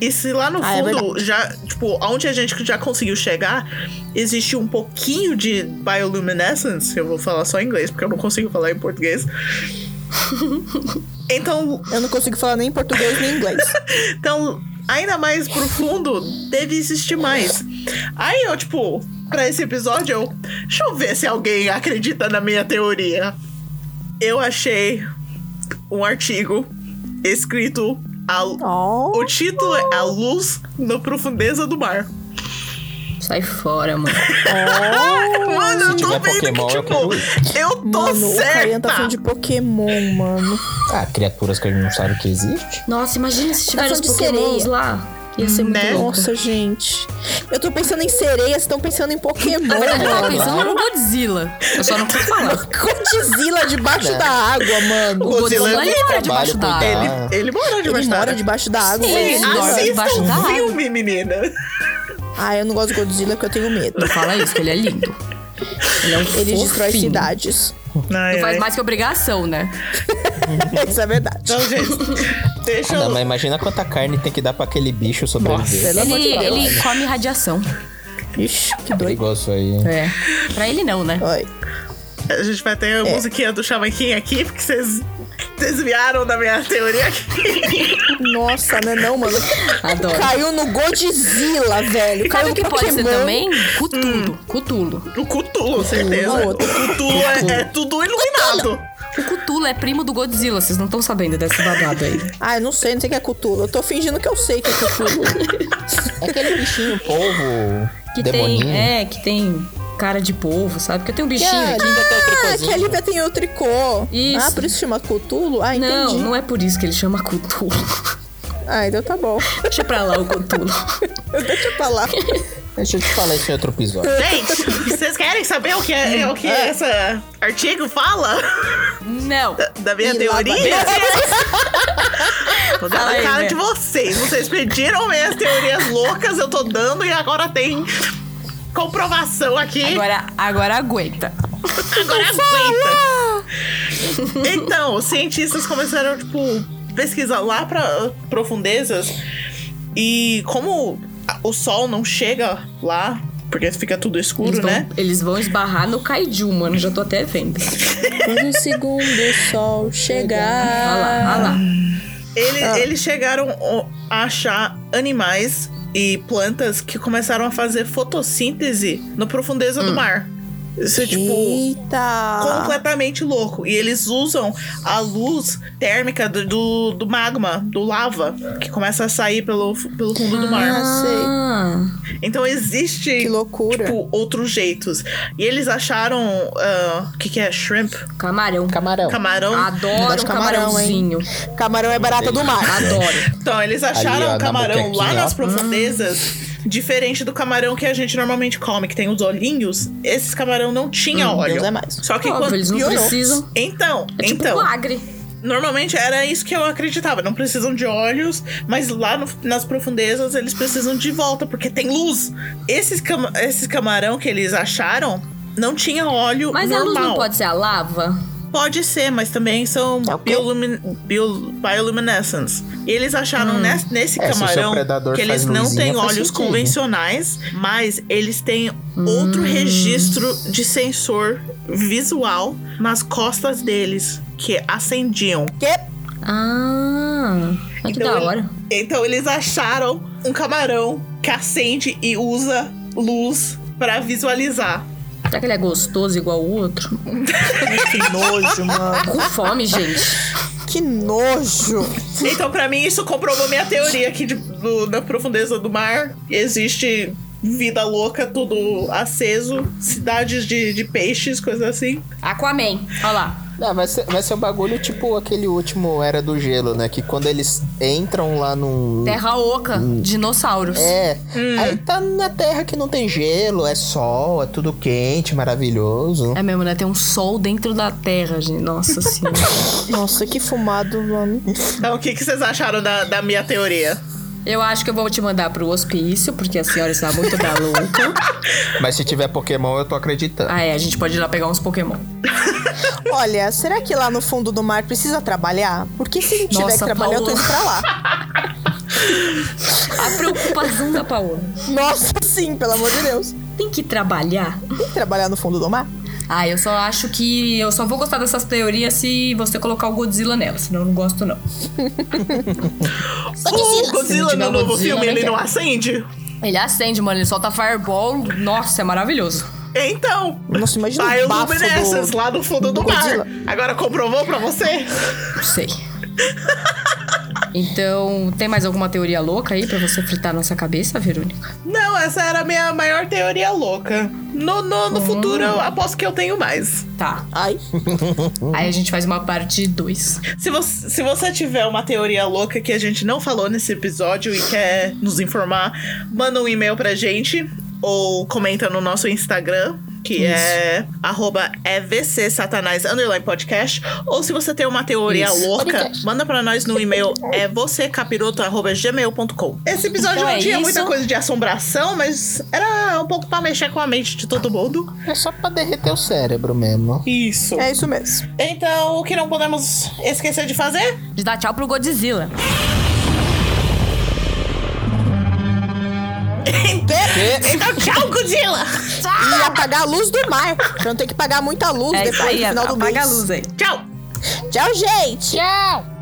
Speaker 1: E se lá no
Speaker 3: Hum. Ah, é
Speaker 1: fundo, já, tipo, onde a gente já conseguiu chegar, existe um pouquinho de bioluminescence. Eu vou falar só em inglês, porque eu não consigo falar em português. então,
Speaker 3: Eu não consigo falar nem em português nem em inglês.
Speaker 1: então, ainda mais profundo, deve existir mais. Aí eu, tipo, pra esse episódio, eu. Deixa eu ver se alguém acredita na minha teoria. Eu achei um artigo escrito. A,
Speaker 3: Oh.
Speaker 1: o título é A Luz na Profundeza do Mar.
Speaker 2: Sai fora, mano.
Speaker 1: Mano,
Speaker 5: Se
Speaker 1: eu tô
Speaker 5: tiver
Speaker 1: vendo
Speaker 5: Pokémon,
Speaker 1: que,
Speaker 5: eu
Speaker 1: tipo, eu, tô
Speaker 3: Mano, o Caian tá
Speaker 1: certa.
Speaker 3: falando de Pokémon, mano.
Speaker 5: Ah, criaturas que a gente não sabe que existe.
Speaker 2: Nossa, imagina se tiver os
Speaker 3: falando de
Speaker 2: pokémons
Speaker 3: sereia.
Speaker 2: lá. Ia ser muito
Speaker 1: Né?
Speaker 2: louco.
Speaker 3: Nossa, gente. Eu tô pensando em sereias, vocês estão pensando em Pokémon,
Speaker 2: Na verdade, eu tava
Speaker 3: mano.
Speaker 2: pensando no Godzilla. Eu só não pude falar.
Speaker 3: Godzilla debaixo da água, mano.
Speaker 2: O
Speaker 1: Godzilla,
Speaker 2: Godzilla,
Speaker 3: é
Speaker 2: é ele mora debaixo
Speaker 5: trabalho,
Speaker 2: da água.
Speaker 5: cuidado.
Speaker 1: Ele,
Speaker 5: Ah.
Speaker 1: ele mora
Speaker 3: Ele
Speaker 1: debaixo da
Speaker 3: mora
Speaker 1: água.
Speaker 3: debaixo da água.
Speaker 2: Sim, assim.
Speaker 3: ele
Speaker 2: mora
Speaker 3: mora-
Speaker 1: Assista
Speaker 2: debaixo
Speaker 1: um
Speaker 2: da água.
Speaker 1: filme, menina.
Speaker 3: Ah, eu não gosto de Godzilla porque eu tenho medo.
Speaker 2: Não fala isso, que ele é lindo. Ele é um
Speaker 3: Ele
Speaker 2: fofinho.
Speaker 3: destrói cidades.
Speaker 1: Ai,
Speaker 2: Não faz
Speaker 1: ai.
Speaker 2: mais que obrigação, né?
Speaker 3: Isso é verdade.
Speaker 1: Então, gente, deixa
Speaker 5: Não,
Speaker 1: eu.
Speaker 5: mas imagina quanta carne tem que dar pra aquele bicho sobreviver.
Speaker 3: Pelo amor
Speaker 2: Ele,
Speaker 3: de Deus.
Speaker 2: ele come radiação.
Speaker 3: Ixi, que doido.
Speaker 5: Perigoso aí.
Speaker 2: É. Pra ele não, né?
Speaker 3: Oi.
Speaker 1: A gente vai ter a musiquinha do Chamanquim aqui, porque vocês desviaram da minha teoria aqui.
Speaker 3: Nossa, né não, mano?
Speaker 2: Adoro.
Speaker 3: Caiu no Godzilla, velho.
Speaker 2: Sabe
Speaker 3: Caiu
Speaker 2: o que
Speaker 3: no
Speaker 2: pode ser
Speaker 3: Pokémon. Hum.
Speaker 2: também? Cutulo. Cutulo.
Speaker 1: O Cutulo, certeza.
Speaker 3: o
Speaker 1: O
Speaker 3: outro.
Speaker 1: Cutulo é, é tudo iluminado.
Speaker 2: O Cutulo é primo do Godzilla, vocês não estão sabendo desse babado aí.
Speaker 3: Ah, eu não sei, não sei o que é Cthulhu. Eu tô fingindo que eu sei o que é Cthulhu.
Speaker 5: É aquele bichinho polvo.
Speaker 2: Que
Speaker 5: demoninho.
Speaker 2: tem. É, que tem cara de polvo, sabe? Porque tem um bichinho
Speaker 3: Ah,
Speaker 2: aqui.
Speaker 3: Ah, que a Lívia tem o tricô.
Speaker 2: Isso.
Speaker 3: Ah, por isso chama Cthulhu? Ah, entendi.
Speaker 2: Não, não é por isso que ele chama Cutulo.
Speaker 3: Ah, então tá bom.
Speaker 2: Deixa pra lá o Cutulo.
Speaker 3: Deixa pra lá.
Speaker 5: Deixa eu te falar isso em outro episódio.
Speaker 1: Gente, vocês querem saber o que, é, o que esse artigo fala?
Speaker 2: Não.
Speaker 1: Da minha
Speaker 3: E lá
Speaker 1: teoria? Vou dar
Speaker 2: Fala
Speaker 1: na
Speaker 2: aí,
Speaker 1: cara
Speaker 2: né?
Speaker 1: de vocês. Vocês pediram minhas teorias loucas, eu tô dando e agora tem comprovação aqui.
Speaker 2: Agora, agora aguenta.
Speaker 1: Agora aguenta. Então, os cientistas começaram, tipo, pesquisar lá pra profundezas. E como a- o sol não chega lá, porque fica tudo escuro,
Speaker 2: Eles vão,
Speaker 1: né?
Speaker 2: eles vão esbarrar no Kaiju, mano. Já tô até vendo.
Speaker 3: Quando o Um segundo sol
Speaker 2: Olha lá,
Speaker 3: chegar.
Speaker 2: olha lá.
Speaker 1: Ele- Eles chegaram o- a achar animais e plantas que começaram a fazer fotossíntese na profundeza do mar. Isso é tipo.
Speaker 3: Eita!
Speaker 1: completamente louco. E eles usam a luz térmica do, do, do magma, do lava, que começa a sair pelo, pelo fundo do mar.
Speaker 3: Ah, sei.
Speaker 2: Ah,
Speaker 1: Então existe.
Speaker 3: Que loucura.
Speaker 1: Tipo, outros jeitos. E eles acharam. ah, O que, que é? Shrimp?
Speaker 2: camarão.
Speaker 5: Camarão.
Speaker 1: Camarão?
Speaker 2: Adoro um
Speaker 3: Gosto de camarão, hein?
Speaker 2: camarãozinho.
Speaker 3: Camarão é barata do mar.
Speaker 2: Adoro.
Speaker 1: Então, eles acharam
Speaker 5: Ali, ó, na
Speaker 1: camarão lá
Speaker 5: boquequinha,
Speaker 1: nas
Speaker 5: ó. Hum.
Speaker 1: profundezas. Diferente do camarão que a gente normalmente come, que tem os olhinhos. Esses camarão não tinha óleo.
Speaker 3: Deus é mais.
Speaker 1: Só que
Speaker 2: Óbvio,
Speaker 1: quando.
Speaker 2: eles não
Speaker 3: piorou.
Speaker 2: precisam.
Speaker 1: Então,
Speaker 2: É tipo
Speaker 1: então.
Speaker 2: um lagre.
Speaker 1: Normalmente era isso que eu acreditava. Não precisam de olhos, mas lá no- nas profundezas eles precisam de volta, porque tem luz. Esses, cam- esses camarão que eles acharam não tinha óleo
Speaker 2: Mas a luz
Speaker 1: normal.
Speaker 2: não pode ser a lava?
Speaker 1: Pode ser, mas também são
Speaker 3: É o quê?
Speaker 1: biolumin, bio- bioluminescence. E eles acharam
Speaker 2: Hum.
Speaker 1: nes- nesse
Speaker 5: É, se o seu
Speaker 1: camarão
Speaker 5: predador
Speaker 1: que
Speaker 5: faz
Speaker 1: eles não
Speaker 5: luzinha,
Speaker 1: têm
Speaker 5: faz
Speaker 1: óleos
Speaker 5: sentido.
Speaker 1: convencionais, mas eles têm outro
Speaker 2: Hum.
Speaker 1: registro de sensor visual nas costas deles, que acendiam.
Speaker 3: Que?
Speaker 2: Ah, mas que da
Speaker 1: Então ele-
Speaker 2: hora.
Speaker 1: então eles acharam um camarão que acende e usa luz pra visualizar.
Speaker 2: Será que ele é gostoso igual o outro?
Speaker 3: Que nojo, mano.
Speaker 2: Com fome, gente.
Speaker 3: Que nojo.
Speaker 1: Então, pra mim, isso comprovou minha teoria que de, do- da profundeza do mar existe vida louca, tudo aceso, cidades de, de peixes, coisas assim.
Speaker 2: Aquaman, olha lá.
Speaker 5: Não, vai ser, vai ser um bagulho tipo aquele último Era do Gelo, né? Que quando eles entram lá num.
Speaker 2: Terra Oca, dinossauros.
Speaker 5: É.
Speaker 3: Hum.
Speaker 5: Aí tá na terra que não tem gelo, é sol, é tudo quente, maravilhoso.
Speaker 2: É mesmo, né? Tem um sol dentro da terra, gente. Nossa senhora.
Speaker 3: Nossa, que fumado, mano.
Speaker 1: Então, o que, que vocês acharam da, da minha teoria?
Speaker 2: Eu acho que eu vou te mandar pro hospício, porque a senhora está muito maluca.
Speaker 5: Mas se tiver Pokémon, eu tô acreditando.
Speaker 2: Ah, é, a gente pode ir lá pegar uns Pokémon.
Speaker 3: Olha, será que lá no fundo do mar precisa trabalhar? Porque se não tiver
Speaker 2: Nossa,
Speaker 3: que trabalhar, eu tô
Speaker 2: Paola.
Speaker 3: indo pra lá.
Speaker 2: A preocupação da Paola.
Speaker 3: Nossa, sim, pelo amor de Deus.
Speaker 2: Tem que trabalhar?
Speaker 3: Tem que trabalhar no fundo do mar?
Speaker 2: Ah, eu só acho que. Eu só vou gostar dessas teorias se você colocar o Godzilla nela, senão eu não gosto, não.
Speaker 1: O Godzilla
Speaker 2: Se não
Speaker 1: no
Speaker 2: tiver
Speaker 1: novo
Speaker 2: Godzilla,
Speaker 1: filme,
Speaker 3: né,
Speaker 2: nem
Speaker 1: ele
Speaker 2: quero.
Speaker 1: não acende?
Speaker 2: Ele acende, mano, ele solta fireball. Nossa, é maravilhoso.
Speaker 1: Então.
Speaker 3: Nossa, imagina
Speaker 1: Vai
Speaker 3: o bafo
Speaker 1: luminescence
Speaker 3: do-
Speaker 1: lá no fundo do,
Speaker 3: do
Speaker 1: mar.
Speaker 3: Godzilla.
Speaker 1: Agora comprovou pra você?
Speaker 2: Não sei. Então, tem mais alguma teoria louca aí pra você fritar nossa cabeça, Verônica?
Speaker 1: Não, essa era a minha maior teoria louca. No, no, no futuro, eu aposto que eu tenho mais.
Speaker 2: Tá.
Speaker 3: Ai.
Speaker 2: Aí a gente faz uma parte 2.
Speaker 1: Se você, se você tiver uma teoria louca que a gente não falou nesse episódio e quer nos informar, manda um e-mail pra gente ou comenta no nosso Instagram. Que é arroba EVC Satanás Underline Podcast. Ou se você tem uma teoria
Speaker 2: Isso.
Speaker 1: louca,
Speaker 3: Podcast.
Speaker 1: manda pra nós no e-mail é vocêcapiroto.gmail.com. Esse episódio
Speaker 2: Então
Speaker 1: não
Speaker 2: é
Speaker 1: tinha muita
Speaker 2: isso.
Speaker 1: coisa de assombração, mas era um pouco pra mexer com a mente de todo mundo.
Speaker 5: É só pra derreter o cérebro mesmo.
Speaker 1: Isso.
Speaker 3: É isso mesmo.
Speaker 1: Então, o que não podemos esquecer de fazer?
Speaker 2: De dar tchau pro Godzilla.
Speaker 1: Então, tchau, Godzilla!
Speaker 3: E apagar a luz do mar. Pra não ter que pagar muita luz
Speaker 2: É
Speaker 3: depois
Speaker 2: isso aí,
Speaker 3: no final do
Speaker 2: apaga a
Speaker 3: mês.
Speaker 2: luz aí.
Speaker 1: Tchau!
Speaker 3: Tchau, gente. Tchau.